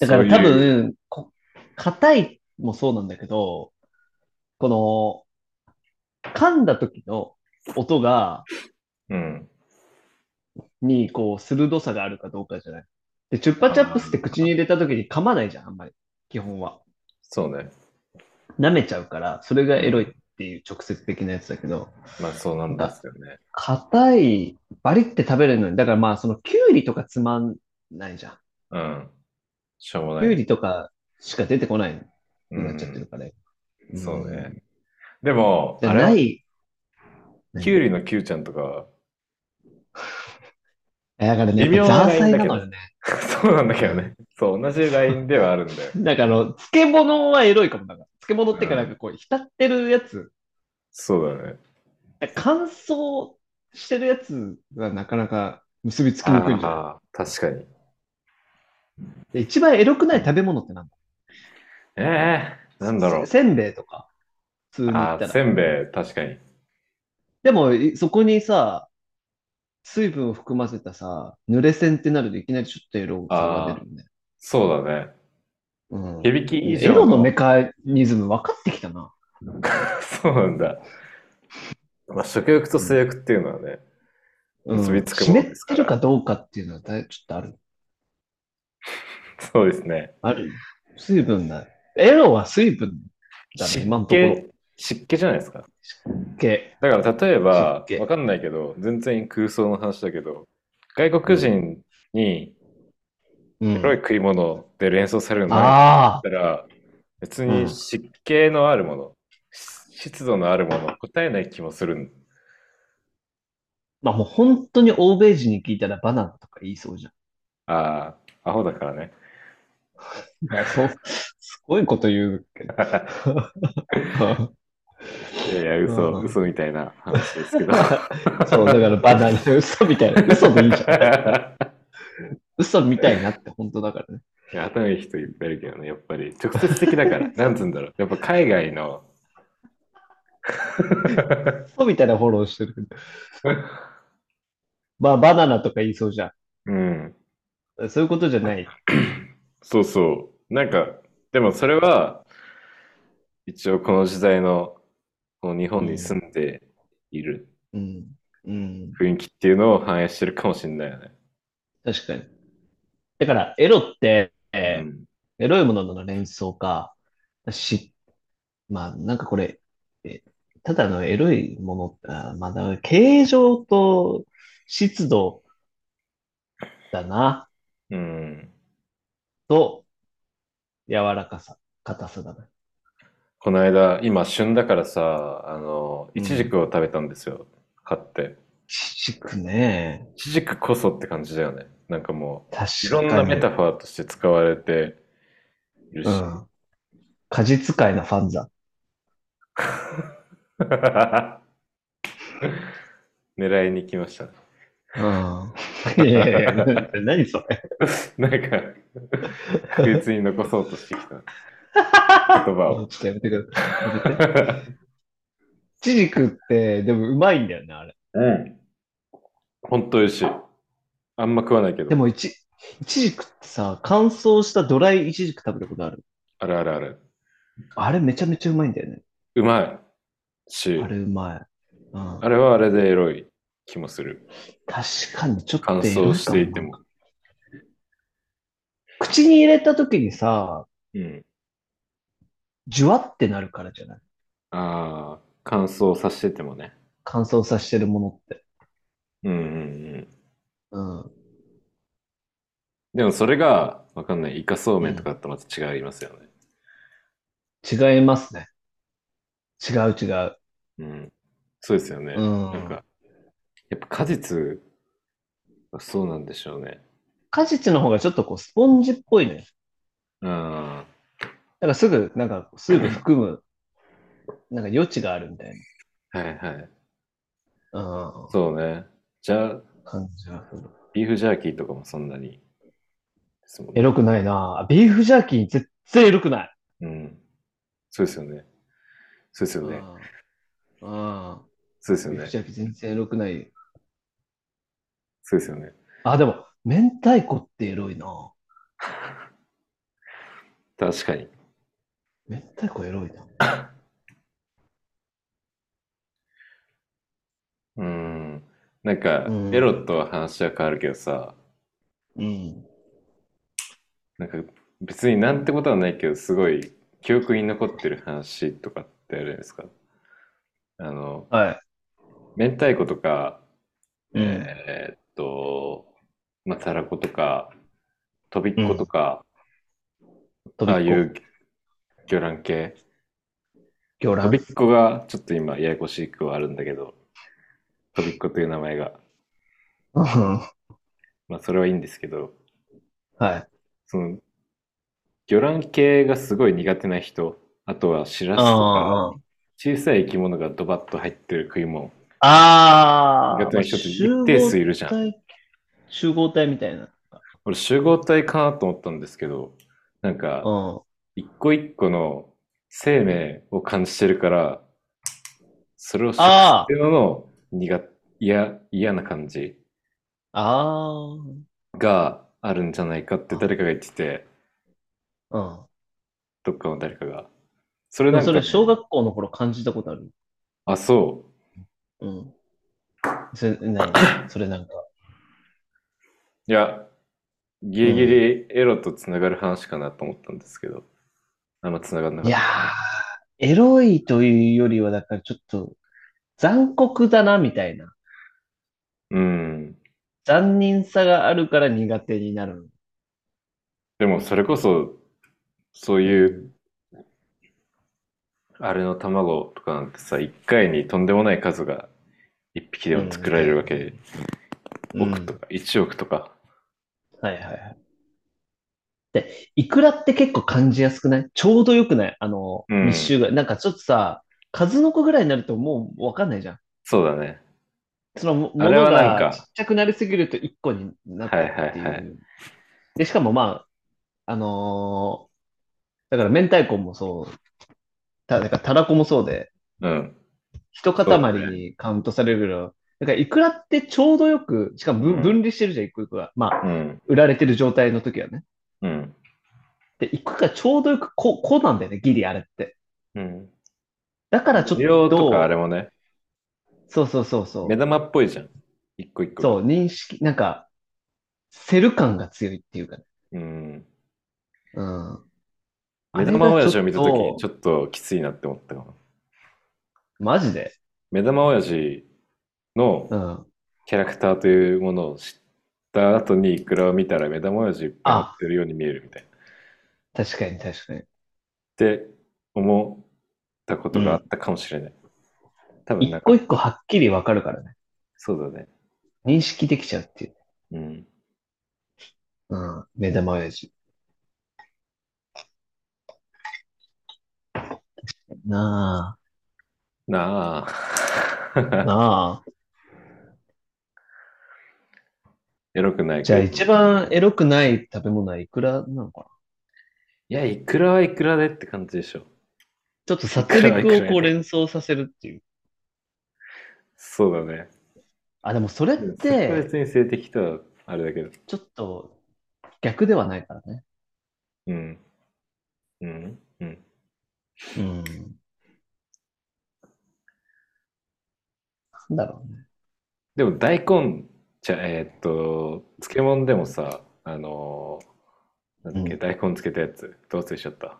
だから
そう
多
いう、
分、こ硬いもそうなんだけど、この、噛んだ時の音が、
うん。
に、こう、鋭さがあるかどうかじゃない。で、チュッパチャップスって口に入れた時に噛まないじゃん、あんまり。基本は。
そうね。
舐めちゃうから、それがエロいっていう直接的なやつだけど、
まあそうなんですよね。
硬い、バリって食べれるのに、だからまあ、その、キュウリとかつまんないじゃん。
うん。しょうも
キュ
な
ウ
い。
リとかしか出てこないになっちゃってるからね。
うんそうね。でも、
じゃ
あ
あ
れは
な、い、
キュウリのキュウちゃんとか は、
えだからね、
微
や
妙
っ
な
ぱザー
ラ
サ
イ
イ
ンだ
な
けど
のよね。
そうなんだけどね。そう、同じラインではあるんだよ。
なんかあの、漬物はエロいかも。なんか漬物っていうかなんかこう、浸ってるやつ、
そうだね。
乾燥してるやつがなかなか結びつきにくいんじゃない
あー確かに。
で一番エロくない食べ物ってなんだ
ええなんだろう
せ。せんべいとか、普通に言
あ
っ
ー
た
せ
ら。
んべい、確かに。
でも、いそこにさ、水分を含ませたさ、濡れせんってなるといきなりちょっとエロさが出るよね。
そうだね。
うん、
響き以
エ
上
ロのメカニズム分かってきたな。
そうなんだ。まあ、食欲と性欲っていうのはね、
うん、
結びつく
湿
もの
っ
ですか
て
ら
るかどうかっていうのはだいちょっとある。
そうですね。
ある水分ない。エロは水分だね、今のところ。
湿気じゃないですか。
け
だから例えば
湿、気
わかんないけど、全然空想の話だけど、外国人に
うん
黒い食い物で連想されるのだっ
ああ、
たら、別
う
に
ん
湿気のあるもの、し湿度のあるもの、答えない気もするん。
まあもう本当に欧米人に聞いたらバナナとか言いそうじゃん。
ああ、アホだからね。
そう、 すごいこと言うけ ど。
いやいや、嘘、
うん
嘘みたいな話です けど。
そう、だからバナナ、嘘みたいな。嘘でいいじゃん。嘘みたいなって本当だからね。
いや頭いい人いっぱいいるけどね、やっぱり直接的だから、なんつうんだろう、やっぱ海外の、
嘘みたいなフォローしてるけ ど。まあバナナとか言いそうじゃ
うん、
ん。そういうことじゃない。
そうそう、なんか、でもそれは、一応この時代の、この日本に住んでいる
うん。うん。
雰囲気っていうのを反映してるかもしれないよね。
確かに。だから、エロって、えー
うん
エロいものの連想か、し、まあ、なんかこれ、えただのエロいもの、あまあだから、形状と湿度だな、
うん、
と、柔らかさ、硬さだな。
この間、今、旬だからさ、あの、
うん
いちじくを食べたんですよ、買って。
ちちくね。
いちじくこそって感じだよね。なんかもう、
確
いろんな
かに。
メタファーとして使われているし、
うん。果実界のファンザ。
狙いに来ましたね。
うん。いやいやいや、な何それ。
なんか、確実に残そうとしてきた言葉
ちょ
を。
っとやめてくださいやめて。ちじくって、でもうまいんだよね、あれ。
うん。本当美味しい。あんま食わないけど。
でも、いち、いちじくってさ、乾燥したドライいちじく食べたことある。
あるあるある。
あれめちゃめちゃうまいんだよね。
うまいし、
あれうまい。うん
あ、れはあれでエロい気もする。
確かにちょっと
乾
エロいか
燥していても。
口に入れた時にさ、
うん。
ジュワってなるからじゃない
ああ、乾燥させててもね。
乾燥させてるものって。
うんうんうん。
うん。
でもそれが、わかんない、イカそうめんとかだとまた違いますよね。
違いますね。違う違う。
うん。そうですよね。
うん
なんか、やっぱ果実はそうなんでしょうね。
果実の方がちょっとこうスポンジっぽいね。
うん。
だからすぐ、なんか水分含む、なんか余地があるみたい
はいはい。
な、うん、
そうね。じゃあ、
感じがする。
ビーフジャーキーとかもそんなにですもん
エ
ね。
ロくないなビーフジャーキー絶対エロくない。
うん。そうですよね。そうですよね。
あ
そうです
あ。
よ
ビーフ
ね
ジ。ャーキー全然エロくない。
そうですよね。
あ、でも、明太子ってエロいな
確かに。
明太子エロいな。
うん。なんか
う、ん
エロとは話は変わるけどさ、
うん。
なんか別になんてことはないけど、すごい記憶に残ってる話とかってあるじゃないですか。あの、
はい。
明太子とか、
うん
えーっと、まあ、たらことか、とびっことか、
飛
ああ
び
い
っこ。
う魚卵系。
魚
とび
卵
っ。こがちょっと今ややこしくはあるんだけど、とびっこという名前が。
うん
まあそれはいいんですけど、
はい。
その、魚卵系がすごい苦手な人、あとはシラスとか、
あ
小さい生き物がドバッと入ってる食い物、
あー。
苦手な人って一定数いるじゃん。
ん。集合体みたいな。
俺集合体かなと思ったんですけど、なんか、
うん。
一個一個の生命を感じてるから、それを知
あ
ってるのの苦手、嫌、嫌な感じ
あー。
があるんじゃないかって誰かが言ってて、
うん。
どっかの誰かが。それ
で
なん
も
か、
それ、小学校の頃感じたことある。
あ、そ
うん。それ、何それなんか。
う。いや、ギリギリエロとつながる話かなと思ったんですけど、あんまつながんなか
い
っ
や
た。
ー、エロいというよりは、だからちょっと残酷だな、みたいな。
うん。
残忍さがあるから苦手になる。
でもそれこそ、そういう、あれの卵とかなんてさ、一回にとんでもない数が一匹でも作られるわけで、
うん
億とか、1億とか。
はいはいはい。で、イクラって結構感じやすくないちょうどよくないあの、
うん
密集が。なんかちょっとさ、数の子ぐらいになるともうわかんないじゃん。
そうだね。
そのも
あれは
もの
なん
が
か
ちっちゃくなりすぎると1個になったってい。
はいはいはいう
で、しかもまあ、あのーだから明太子もそう、た、だからたらこもそうで、
うん。
一
そう
塊
だ
にカウントされるぐらい。だからいくらってちょうどよく、しかも
うん
分分離してるじゃん、一個一個が。まあ、
うん。
売られてる状態の時はね。
うん。
で、一個がちょうどよくこう、こうなんだよね、ギリあれって。
うん。
だからちょっ
量と
と、
かあれもね、
そうそうそうそう
目。玉っぽいじゃん。一個一個。
そう、認識、なんか、セル感が強いっていうかね。
うん。
うん。あ
目
れが
玉親父を見たと
ち
き
ょっ
にちょっときついなって思ったかな。
マジで
目玉親父の
うん。
キャラクターというものを知った後にイクラを見たら目玉親父いっぱい持ってるように見えるみたいな。っ
確かに確かに。
て思ったことがあったかもしれない。多分な
一
んか
個一個はっきりわかるからね。
そうだね。
認識できちゃうっていう。
うん。
うん。目玉親父。な
な
あ。
あ。
なあ。
エロくない
じゃあ
けど。
一番エロくない食べ物はいくらなのかない
や、イクラはいくらでって感じでしょ。
ちょっと殺戮
いくらいく
を
ら
こう連想させるっていう。
そうだね。
あ、でもそれっ
それは
て、
別に性的とはあれだけど。
ちょっと逆ではないからね。
うん。うん。うん。
うん。なんだろうね。
でも大根じゃえーっと漬物でもさあのーなんだっけ、
うん
大根漬けたやつどうせしちゃった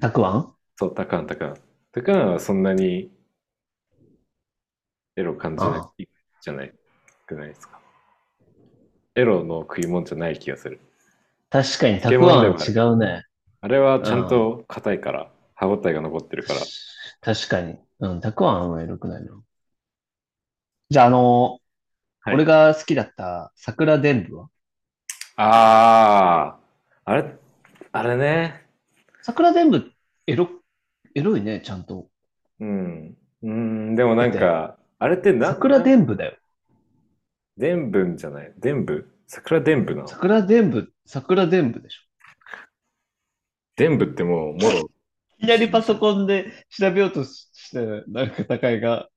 たくあん
そうたかんたかんたかんはそんなにエロ感じ
あ
ないじゃないくないですかエロの食い物じゃない気がする
確かにた
漬
く
物
あ
で
ん
もあ
は
る
違うね。
あれはちゃんと硬いから歯ごたえが残ってるから
確かに。うん、たくあんはエロくないな。じゃあ、あの、
はい
俺が好きだった桜伝武は
あああれあれね
桜伝武、エロ、エロいね、ちゃんと。
うんうんでもなんかあれってな
桜伝武だよ。
伝文じゃない伝部桜伝部なの
桜伝武、桜伝武でしょ。
伝部ってもうもろ
いきなりパソコンで調べようとしして、なんか高いが、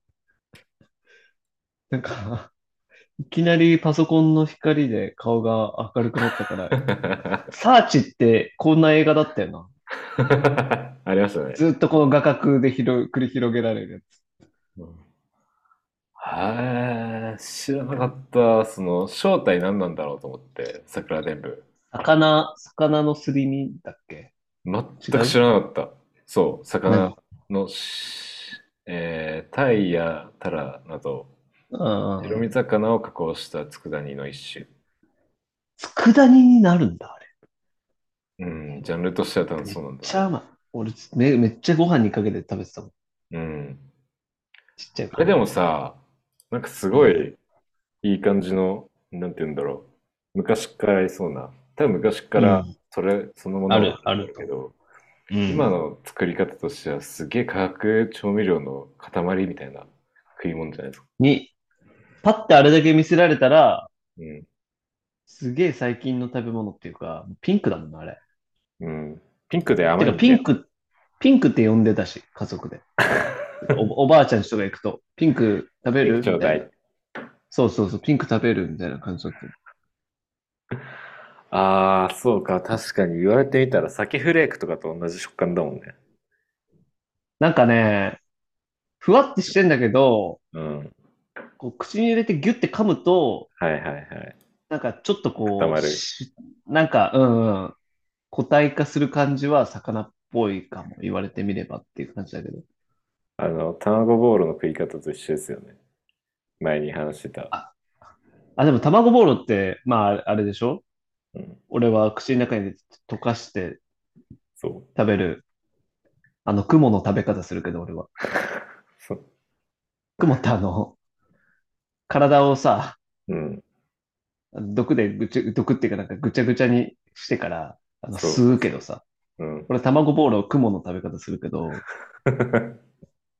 なんか、いきなりパソコンの光で顔が明るくなったから、 サーチってこんな映画だったよな。
ありましたね。
ずっとこの画角で広繰り広げられるやつ。
はあ知らなかったその正体何なんだろうと思って桜伝部
魚、魚のすり身だっけ
全
違
く
う
知らなかったそう魚
何
のしえータイやタラなど
うん
白身魚を加工した佃煮の一種
佃煮になるんだ、あれ。
うんジャンルとしては多分そうなん
めっ
だ
ちゃうまい。俺め、めっちゃご飯にかけて食べてたもん。
うん。
ちっちゃい
あれで
も、
もさ、なんかすごいいい感じの、なんて言うんだろう。昔からありそうな。多分昔から
うん
それ、そのもの
ある
はんだけど、
うん
今の作り方としてはすげえ化学調味料の塊みたいな食い物じゃないですか。
に、パッてあれだけ見せられたら、
うん。
すげえ最近の食べ物っていうか、ピンクだもんな、あれ。
うん。ピンクで甘
て
い
か、
んだ
ピ
よ
ンク、ピンクって呼んでたし、家族 で。お、おばあちゃんちとか行くと、ピンク食べ
ピン
る
ク
みた
ちょうだ。。
いないそうそうそう、ピンク食べるみたいな感じだった。
ああ、そうか。確かに言われてみたら、鮭フレークとかと同じ食感だもんね。
なんかね、ふわってしてんだけど、
うん。
こう口に入れてギュッて噛むと、
はいはいはい。
なんかちょっとこ
固ま
う、
る
しなんか、うんうん、個体化する感じは魚っぽいかも、言われてみればっていう感じだけど。
あの、卵ボーロの食い方と一緒ですよね。前に話してた。
あ、でも卵ボーロって、まああれ、あれでしょ
うん。
俺は口の中に溶かして
そう。
食べる、あの、雲の食べ方するけど、俺は。
そう。
雲ってあの、体をさ、
うん。
毒でぐちゃ、毒っていうかなんかぐちゃぐちゃにしてから、あの、
そう
吸うけどさ。
うん。
俺、卵ボーロ、雲の食べ方するけど、で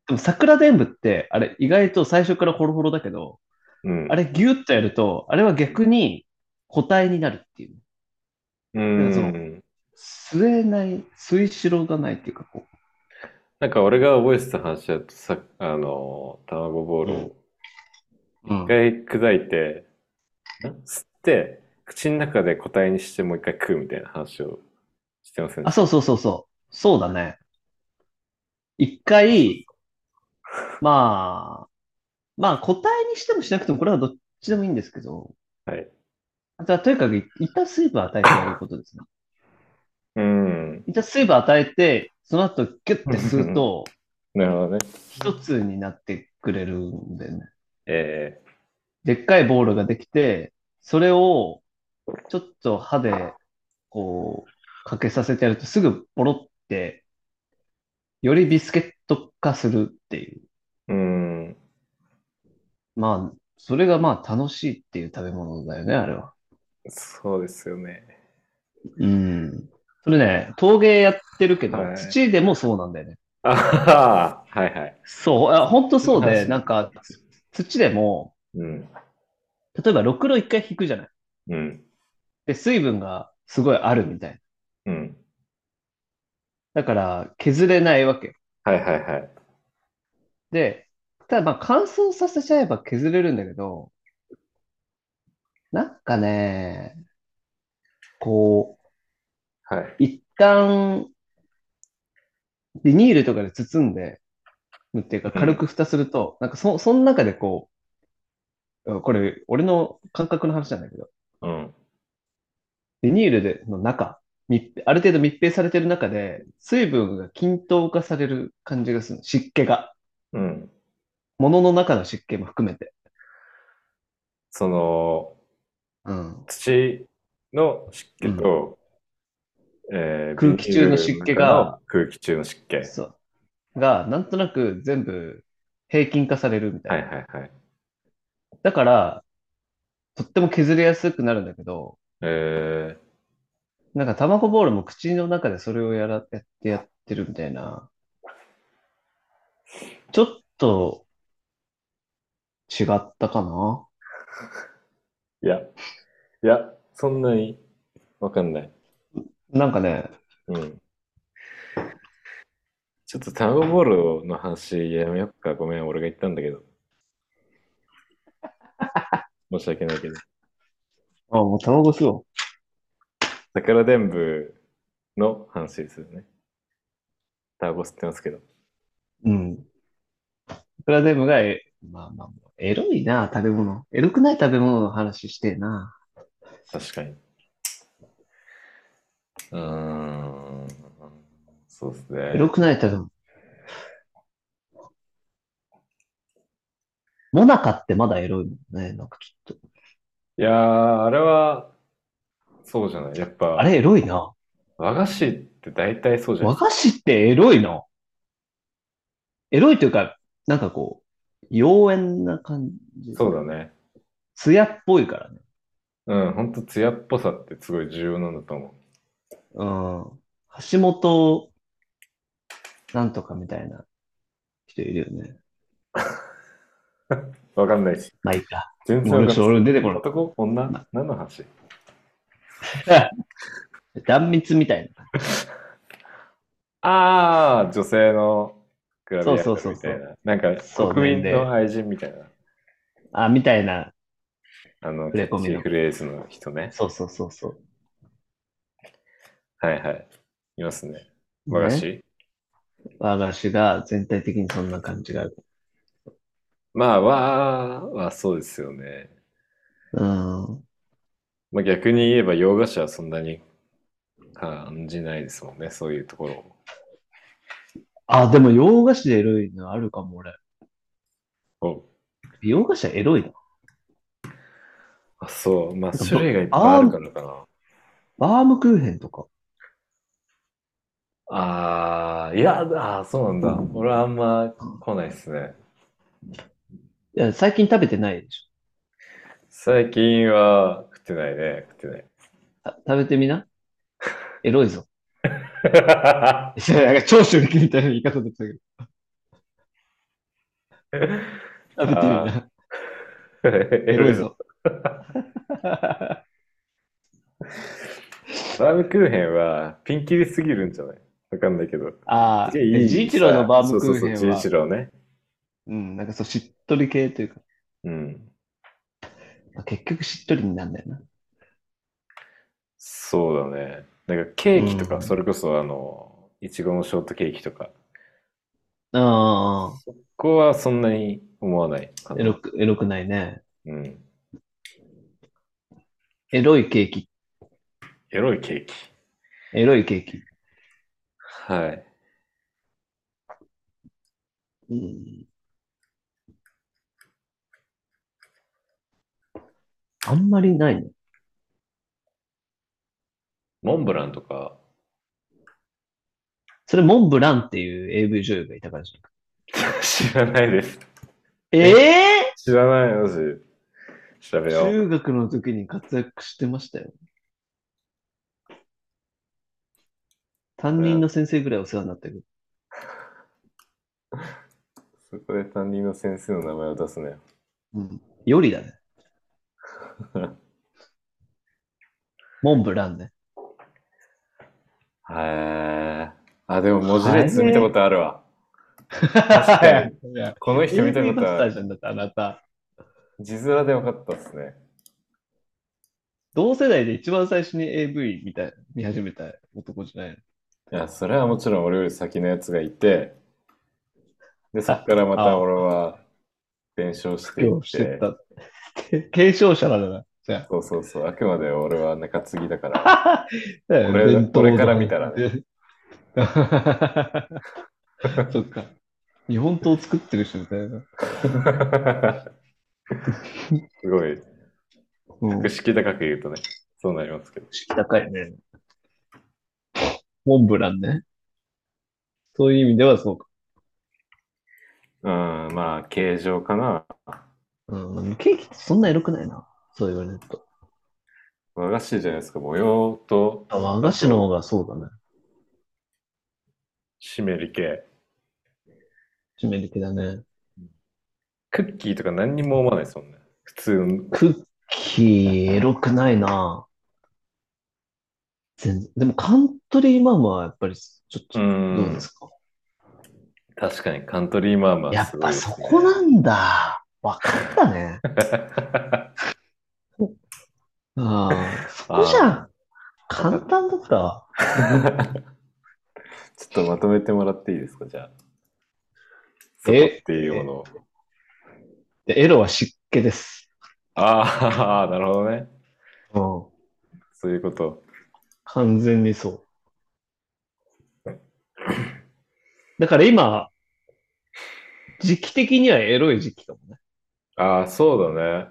も桜伝武って、あれ、意外と最初からホロホロだけど、
うん。
あれギュッとやると、あれは逆に個体になるっていう。
うん
その吸えない、吸いしろがないっていうか、こう。
なんか俺が覚えてた話だとさ、あの、卵ボーロを
うん
一回砕いて、ん吸って、口の中で個体にしてもう一回食うみたいな話をしてませんで
あ、
した
そうそうそうそう。そうだね。一回、まあ、まあ、個体にしてもしなくても、これはどっちでもいいんですけど、
はい。
あとはとにかく一旦水分与えてやることですね。
うん。
一旦水分与えて、その後ギュッて吸うと、
なるほどね。
一つになってくれるんだよね。
え
でっかいボールができて、それをちょっと歯でこうかけさせてやるとすぐボロって、よりビスケット化するっていう。
えうん。
まあ、それがまあ楽しいっていう食べ物だよね、あれは。
そうですよね。
うん。それね、陶芸やってるけど
は、い
土でもそうなんだよね。
ああ、はいはい。
そう、あ、本当そう
は
で、
い
なんか土でも、
うん。
例えばろくろ一回引くじゃない。
うん。
で、水分がすごいあるみたいな。
うん。
だから削れないわけ。
はいはいはい。
で、ただまあ乾燥させちゃえば削れるんだけど、なんかね、こう、
はい。
一旦、ビニールとかで包んで、っていうか
うん
軽く蓋すると、なんかそ、その中でこう、これ、俺の感覚の話なんだけど、
うん。
ビニールでの中、密閉ある程度密閉されてる中で、水分が均等化される感じがする。湿気が。
うん。
物の中の湿気も含めて。
その、
うん。
土の湿気と、えー
空気中の湿気が、
ビニールの中の空気中の湿気。
そう。が、なんとなく全部平均化されるみたいな。
はいはいはい。
だから、とっても削れやすくなるんだけど、
え
なんか卵ボールも口の中でそれをやら、やってやってるみたいな。ちょっと違ったかな
ー、いや、いや、そんなにわかんない。
なんかね、
うん。ちょっとタゴボールの話やめよっか。ごめん、俺が言ったんだけ ど。申し訳ないけど。
あ、もう卵吸おう。
桜伝武の話ですよね。タゴ吸ってますけど。
うん。プラデムがえ、まあまあ、エロいな、食べ物。エロくない食べ物の話してえな。
確かに。うーん。そうです
エロ
ね。
くない食べ物。モナカってまだエロいもんね。なんかちょっと。
いやー、あれは、そうじゃない。やっ
あ
ぱ、
れエロいな。
和菓子って大体そうじゃな
和
い
菓子ってエロいな。エロいというか、なんかこう、妖艶な感じ。
そうだね。
艶っぽいからね。
うん、ほんと艶っぽさってすごい重要なんだと思
うん。橋本、なんとかみたいな人いるよね。
う。わかんないし。
まあいいか。
全然
もう
わ
俺
かんない。
俺出てこない。
男女何の話
断蜜みたいな。
ああ、女性のクラブやってる
そうそう
み
そ
た
う
い
そ
な。なんか
そう
国民
年
の
齢
愛人みたいな。
あ、みたいな。
あの、
触れ込みの
キャッチフレーズの人ね。
そうそうそうそう。
はいはい。いますね。和菓子、
ね和菓子が全体的にそんな感じがある。
まあ、和はそうですよね。
うん。
まあ、逆に言えば洋菓子はそんなに感じないですもんね、そういうところを。
あ、でも洋菓子でエロいのあるかも、俺。
お
洋菓子はエロいな。
あ、そう。まあ、
そう
種類がいっぱいあるからかな。
バームクーヘンとか。
ああー、いや、あーそうなんだ。俺はあんま来ないですね。
いや、最近食べてないでし
最近は食ってないね、食ってない。
ょ。た食べてみ な。エロいぞ。
あ
いやなんか長州力みたいな言い方でしたけど。 食べてみな。
ーエ
エ
ロ
ロ
い
い
ぞ。
ぞ。
バームクーヘンはピンキリすぎるんじゃないわかんないけど。
ああ、
いやいい
ジイチローのバームクーヘンは、
そうそうそう、ジイチローね。
うん、なんかそう、しっとり系というか、
うん。
まあ結局しっとりになるんだよな。
そうだね。なんかケーキと
う
か、
ん
それこそあの、いちごのショートケーキとか、
あ
ここはそんなに思わないか
あ、
な
エロく、エロくないね。
うん。
エロいケーキ、
エロいケーキ。
エロいケーキ。
はい。
うんあんまりないね。
モンブランとか、
それ、モンブランっていう AV 女優がいたからじゃん。
知らないです。
え
知らないのし、調べ
え
よう。
中学の時に活躍してましたよ。担任の先生ぐらいお世話になったけど。
そこで担任の先生の名前を出すね。
うん。よりだ ね。モンブランね。
へえ。あ、でも文字列見たことあるわ。かにこの人見たこ
AV マ
と
ス
あ
ターじ
る。
ゃんだってあなた。
字面で分かったっすね。
同世代で一番最初に AV 見た見始めた男じゃない
いや、それはもちろん俺より先のやつがいて、で、そっからまた
あ
俺は伝承してい
の。今
っ
日して
て、
た。継承者なんだな。じゃ
そうそうそう、あくまで俺は中継ぎだか ら、
あ。
俺
伝統
俺から見たら
ね。 そっか。日本刀作ってる人みたいな。
すごい、
うん
格。式高く言うとね、そうなりますけど。
敷高いね。モンブランね。そういう意味ではそうか。
うん、まあ、形状かな。
うん、ケーキってそんなエロくないな。そう言われると。
和菓子じゃないですか、模様と
あ和菓子の方がそうだね。
湿り系。
締め的だね。
クッキーとか何にも思わないですもんね。普通の、
クッキー、エロくないな。全然。でもカントリーマームはやっぱりちょっと、
うん
どうですか、
確かにカントリーマーマ
やっ
ーすごい
ぱ
です
そ
ね
こなんだ。わかったね。ああ、そこじゃん。簡単だったわ。
ちょっとまとめてもらっていいですか、じゃあ。そこ
え
っていうものを。
でエロは湿気です。
ああ、なるほどね。
うん。
そういうこと。
完全にそう。だから今、時期的にはエロい時期かもね。
ああ、そうだね。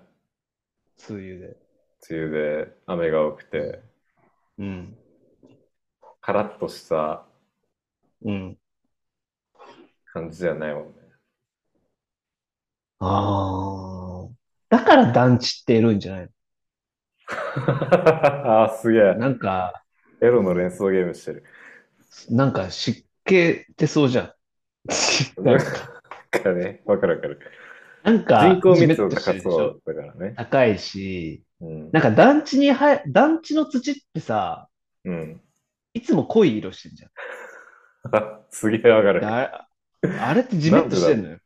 梅雨で。
梅雨で雨が多くて。
うん。
カラッとした
うん。
感じじゃないもんね。
ああ。だから団地ってエロいんじゃない
あー、すげ
の
え。
なんか、
エロの連想ゲームしてる。
なんか湿気ってそうじゃ ん。
な
なんん
か
か、
ね、わかるわかる。
なんか
人口
ジメ
密
ッ
度
として
高
るでしょ
そうだからね。
高いし、
うん。
なんか団地には団地の土ってさ、
うん。
いつも濃い色してんじゃん。
あすげえわか
で
る。
あれ、あれってジメッとしてんのよ。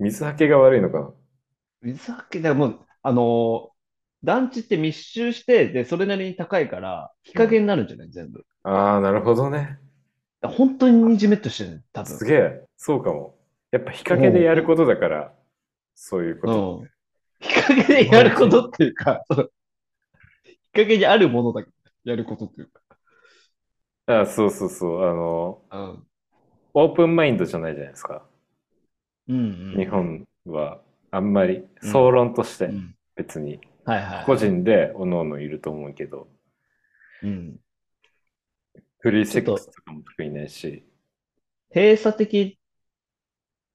水はけが悪いのかな。
水はけ、だからもう、あのー団地って密集して、で、それなりに高いから、日陰になるんじゃない全部。
ああ、なるほどね。
本当にじめっとしてるね、多分。
すげえ。そうかも。やっぱ日陰でやることだから、そういうこと。
うん。日陰でやることっていうか、その日陰にあるものだけやることっていう
あそうそうそう。あの、
か。うん。
オープンマインドじゃないじゃないですか。
うん、うん。
日本はあんまり、
うん
総論として
うん。
別に、
はいはい。
個人で各々いると思うけど、
うん。
フリーセッ
ちょ
ク
っと
スとかも特にないし、
閉鎖的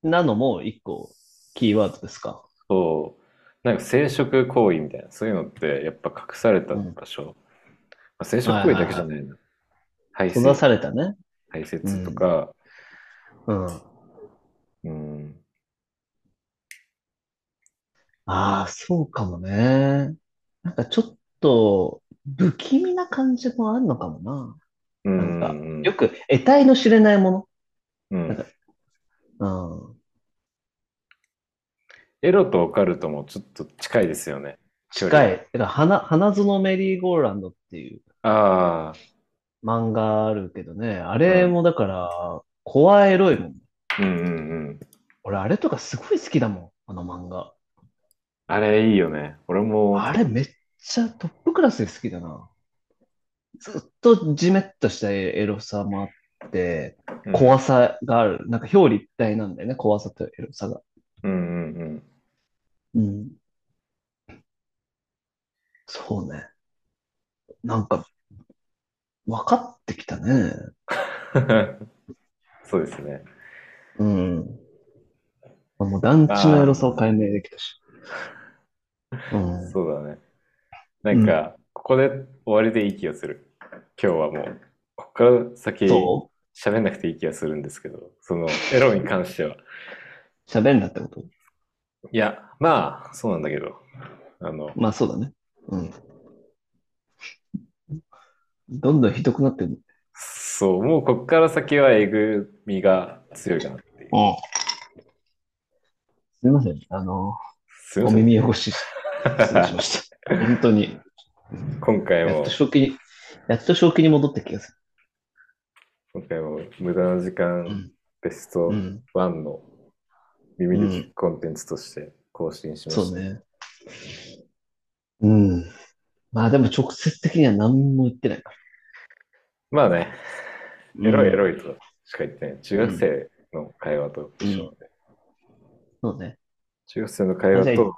なのも一個キーワードですか。
そう、なんか生殖行為みたいな、そういうのってやっぱ隠された場所。まあ、生殖行為だけじゃないな。排
閉ざ
泄
されたね。
排泄とか、
うん。
うん、
ああ、そうかもね。なんかちょっと不気味な感じもあるのかもな。
うん、
なん
うん
よく得体の知れないも
うん
なんかの。うん。
エロとオカルトもちょっと近いですよね。
近
距離。
い。だから花、花園メリーゴーランドっていう
ああ、
漫画あるけどね。あれもだから、怖エロいもん。
うんうんうん。
俺、あれとかすごい好きだもん。あの漫画。
あれいいよね。俺も、
あれめっちゃトップクラスで好きだな。ずっとジメッとしたエロさもあって、
うん
怖さがある。なんか表裏一体なんだよね、怖さとエロさが。
うんうん う
う
ん。
ん。そうね。なんか、分かってきたね。
そうですね。
うん。もう団地のエロさを解明できたし。うん。
そうだね。なんか、ここで終わりでいい気がする。今日はもう、ここから先、
そ
喋んなくていい気がするんですけど、その、エロに関しては。
う喋んなってこと
いや、まあ、そうなんだけど、あの、
まあそうだね。うん。どんどんひどくなってる。うん。
そう、もうここから先はえぐみが強いかなってい
す
う。
みません。あの、
すいま
お
せん。
耳汚し、失礼しま した。本当に。
今回
やっ
も
と、正気に、やっと正気に戻った気がす
今回も無駄な時間、
うん
ベス
る。
ト
うん。
ワンの耳に聞くコンテンツとして更新しました。
そうね。うん。まあでも直接的には何も言ってないか
まあね、
ら。
エロいエ
い。
ロいとしか言ってない。中学生の会話と一緒なんで、
そうね。
中学生の会話
あじゃあ
と、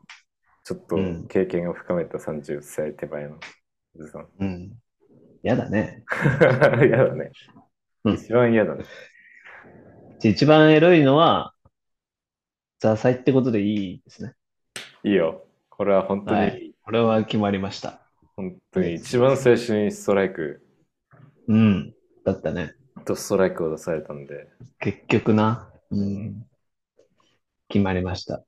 ちょっと
うん
経験を深めた30歳手前のおじさん。
うん。やだね。
嫌だね
う。ん
一番嫌だね。
じゃあ一番エロいのは、ザーサイってことでいいですね。
いいよ。これは本当に、
はいこれは決まりました。
本当に一番最初にストライク、
うん。だったね。
とストライクを出されたんで、
結局な。うん。決まりました。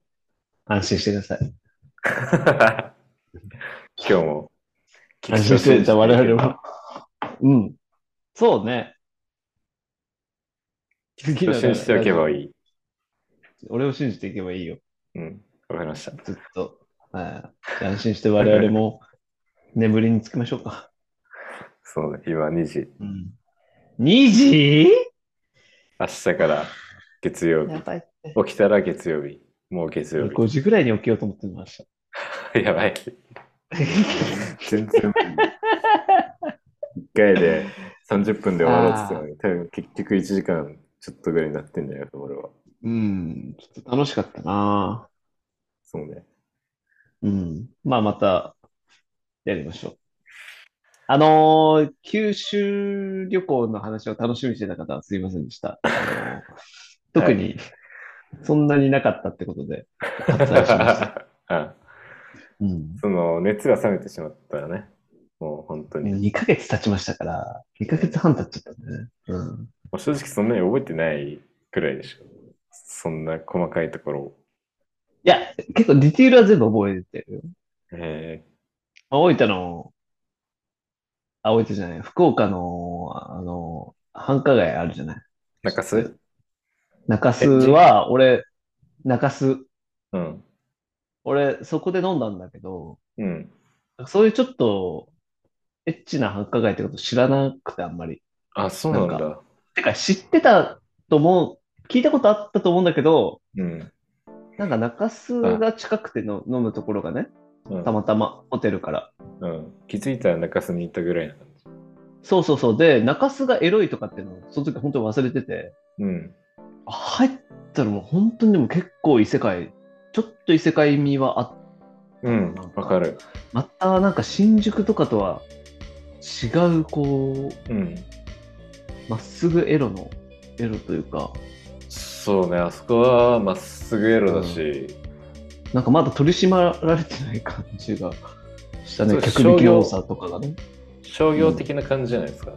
安心してください。
今日も聞
安
き取
心
り
して、じゃあ我々も。うん。そうね。
聞き取り信じておけばいい。
俺を信じていけばいいよ。
うん、わかりました。
ずっと。はい。安心して我々 も眠りにつきましょうか。
そうね、今2時。
うん。2時
明日から月曜日。
ばいって。
起きたら月曜日。もう月曜
5時ぐらいに起きようと思ってまし
日。 やばい。
た。
全然。1回で30分で終わろうって言ってたのに、多分結局1時間ちょっとぐらいになってんだよ、俺は。
うん。ちょっと楽しかったな
そうね。
うん。まあ、また、やりましょう。あのー九州旅行の話を楽しみにしてた方はすいませんでした。あのー特に、そんなになかったってことで、割愛しま した。
う
う
ん
ん。
その熱が冷めてしまったらね、もう本当に。
2ヶ月経ちましたから、2ヶ月半経っちゃったんでね。うん。
もう正直そんなに覚えてないくらいでしょ。そんな細かいところを。
いや、結構ディティールは全部覚えてるよ。
え
大分の、あ、大分じゃない、福岡の、あの、繁華街あるじゃない。
ー、中洲
中洲は、俺、中洲、
うん。
俺、そこで飲んだんだけど、
うん。
そういうちょっと、エッチな繁華街ってこと知らなくて、あんまり。
あ、そうなんだ。
なんてか、知ってたと思う、聞いたことあったと思うんだけど、
うん。
なんか中洲が近くての飲むところがね、
うん
たまたまホテルから。
うん、気づいたら中洲に行ったぐらいな感じ。
そうそうそう。で、中洲がエロいとかっていうのを、その時本当に忘れてて、
うん。
入ったらもう本当にでも結構異世界、ちょっと異世界味はあっ
うん。わかる。
またなんか新宿とかとは違う、こう、
うん。
まっすぐエロの、エロというか、
そうね、あそこはまっすぐエロだし、
なんかまだ取り締まられてない感じがした
そ
ね。
う
客引き多さとかがね。
商業的な感じじゃないですか。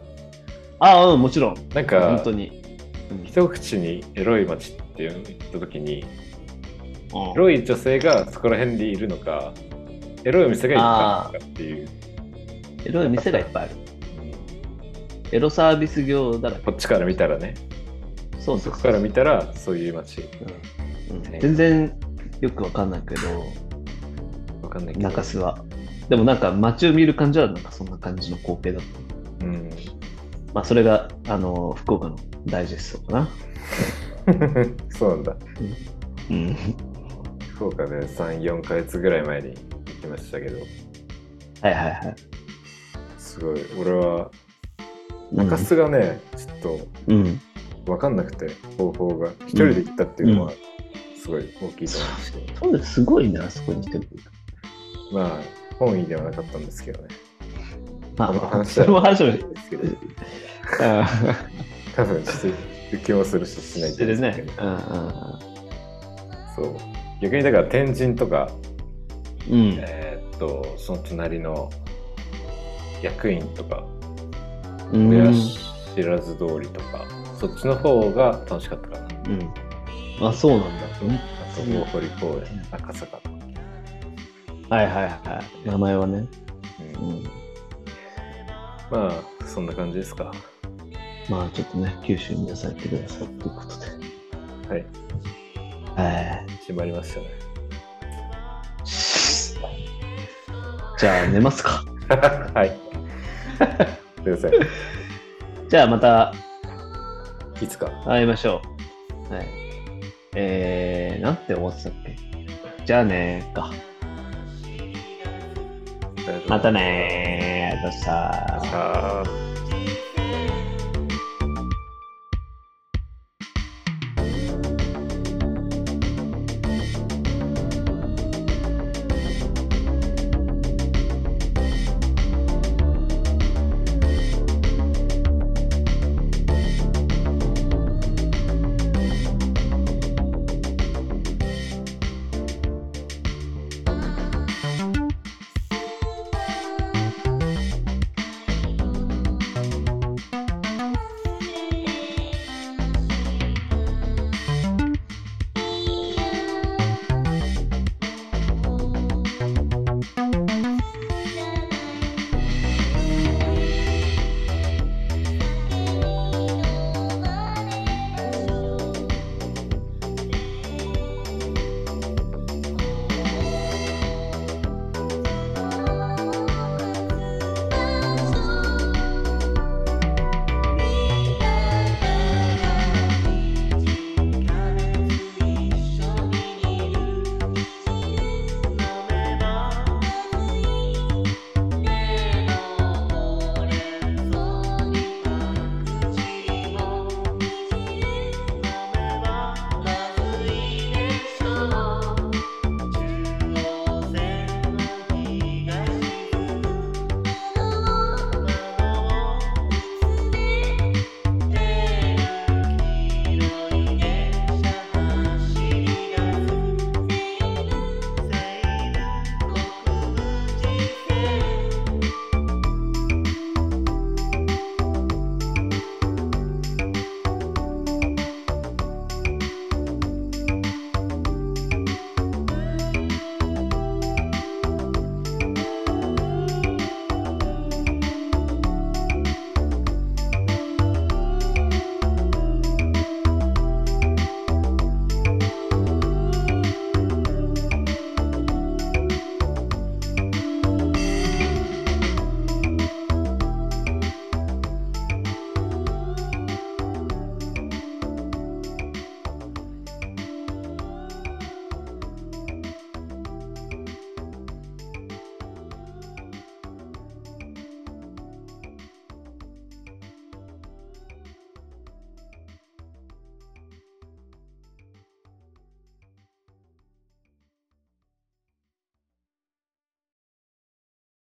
ああ、うん、もちろん。
な
本
んか
当、に。うん
一口にエロい街って言った時に、
う
エ
ん
ロい女性がそこら辺でいるのか、エロいお店がいっぱいあるのかっていう、
エロい店がいっぱいある。
うん
エロサービス業だらけ。
こっちから見たらね、
そうそ
そうこ
そ
か
う
ら見たらそういう街。
うんうん全然よくわかんないけど、
わかんないけど。
中洲は。でもなんか街を見る感じはなんかそんな感じの光景だっ
うん。
た。まあそれが、あの、福岡のダイジェストかな。
そうなんだ。
うん。
福岡で3、4ヶ月ぐらい前に行きましたけど、
はいはいはい。
すごい、俺は
うん
中洲がね、ちょっ
うん。
と分かんなくて、方法が。一人で行ったっていうのは、すごい大きいと思いますけど、
そうです。ごいね、あそこに来てる。
まあ、本意ではなかったんですけどね。
まあ
この
まあ、
話
そ
は
れも話も し
ですけど、
て
多分、ちょっと行く気もするし、しない
る
です
ね
けど。。
うんうん
そう。逆にだから、天神とか、
うん。うん
えーっと、その隣の役員とか、
うん。
親知らず通りとか、そっちの方が楽しかったかな。
うんあ、そうなんだ。
あと、大堀公園、赤坂とか。
はいはいはい。名前はね。
う
うんん。
まあ、そんな感じですか。
まあちょっとね、九州に皆さん行ってくださいということで。
はい。
はい。
閉まりましたね。
じゃあ寝ますか。
はい。 すいません。
じゃあまた
いつか。
会いましょう。はい。えー、なんて思ってたっけじゃあねーか。またねー。ありがとうございました
さあ。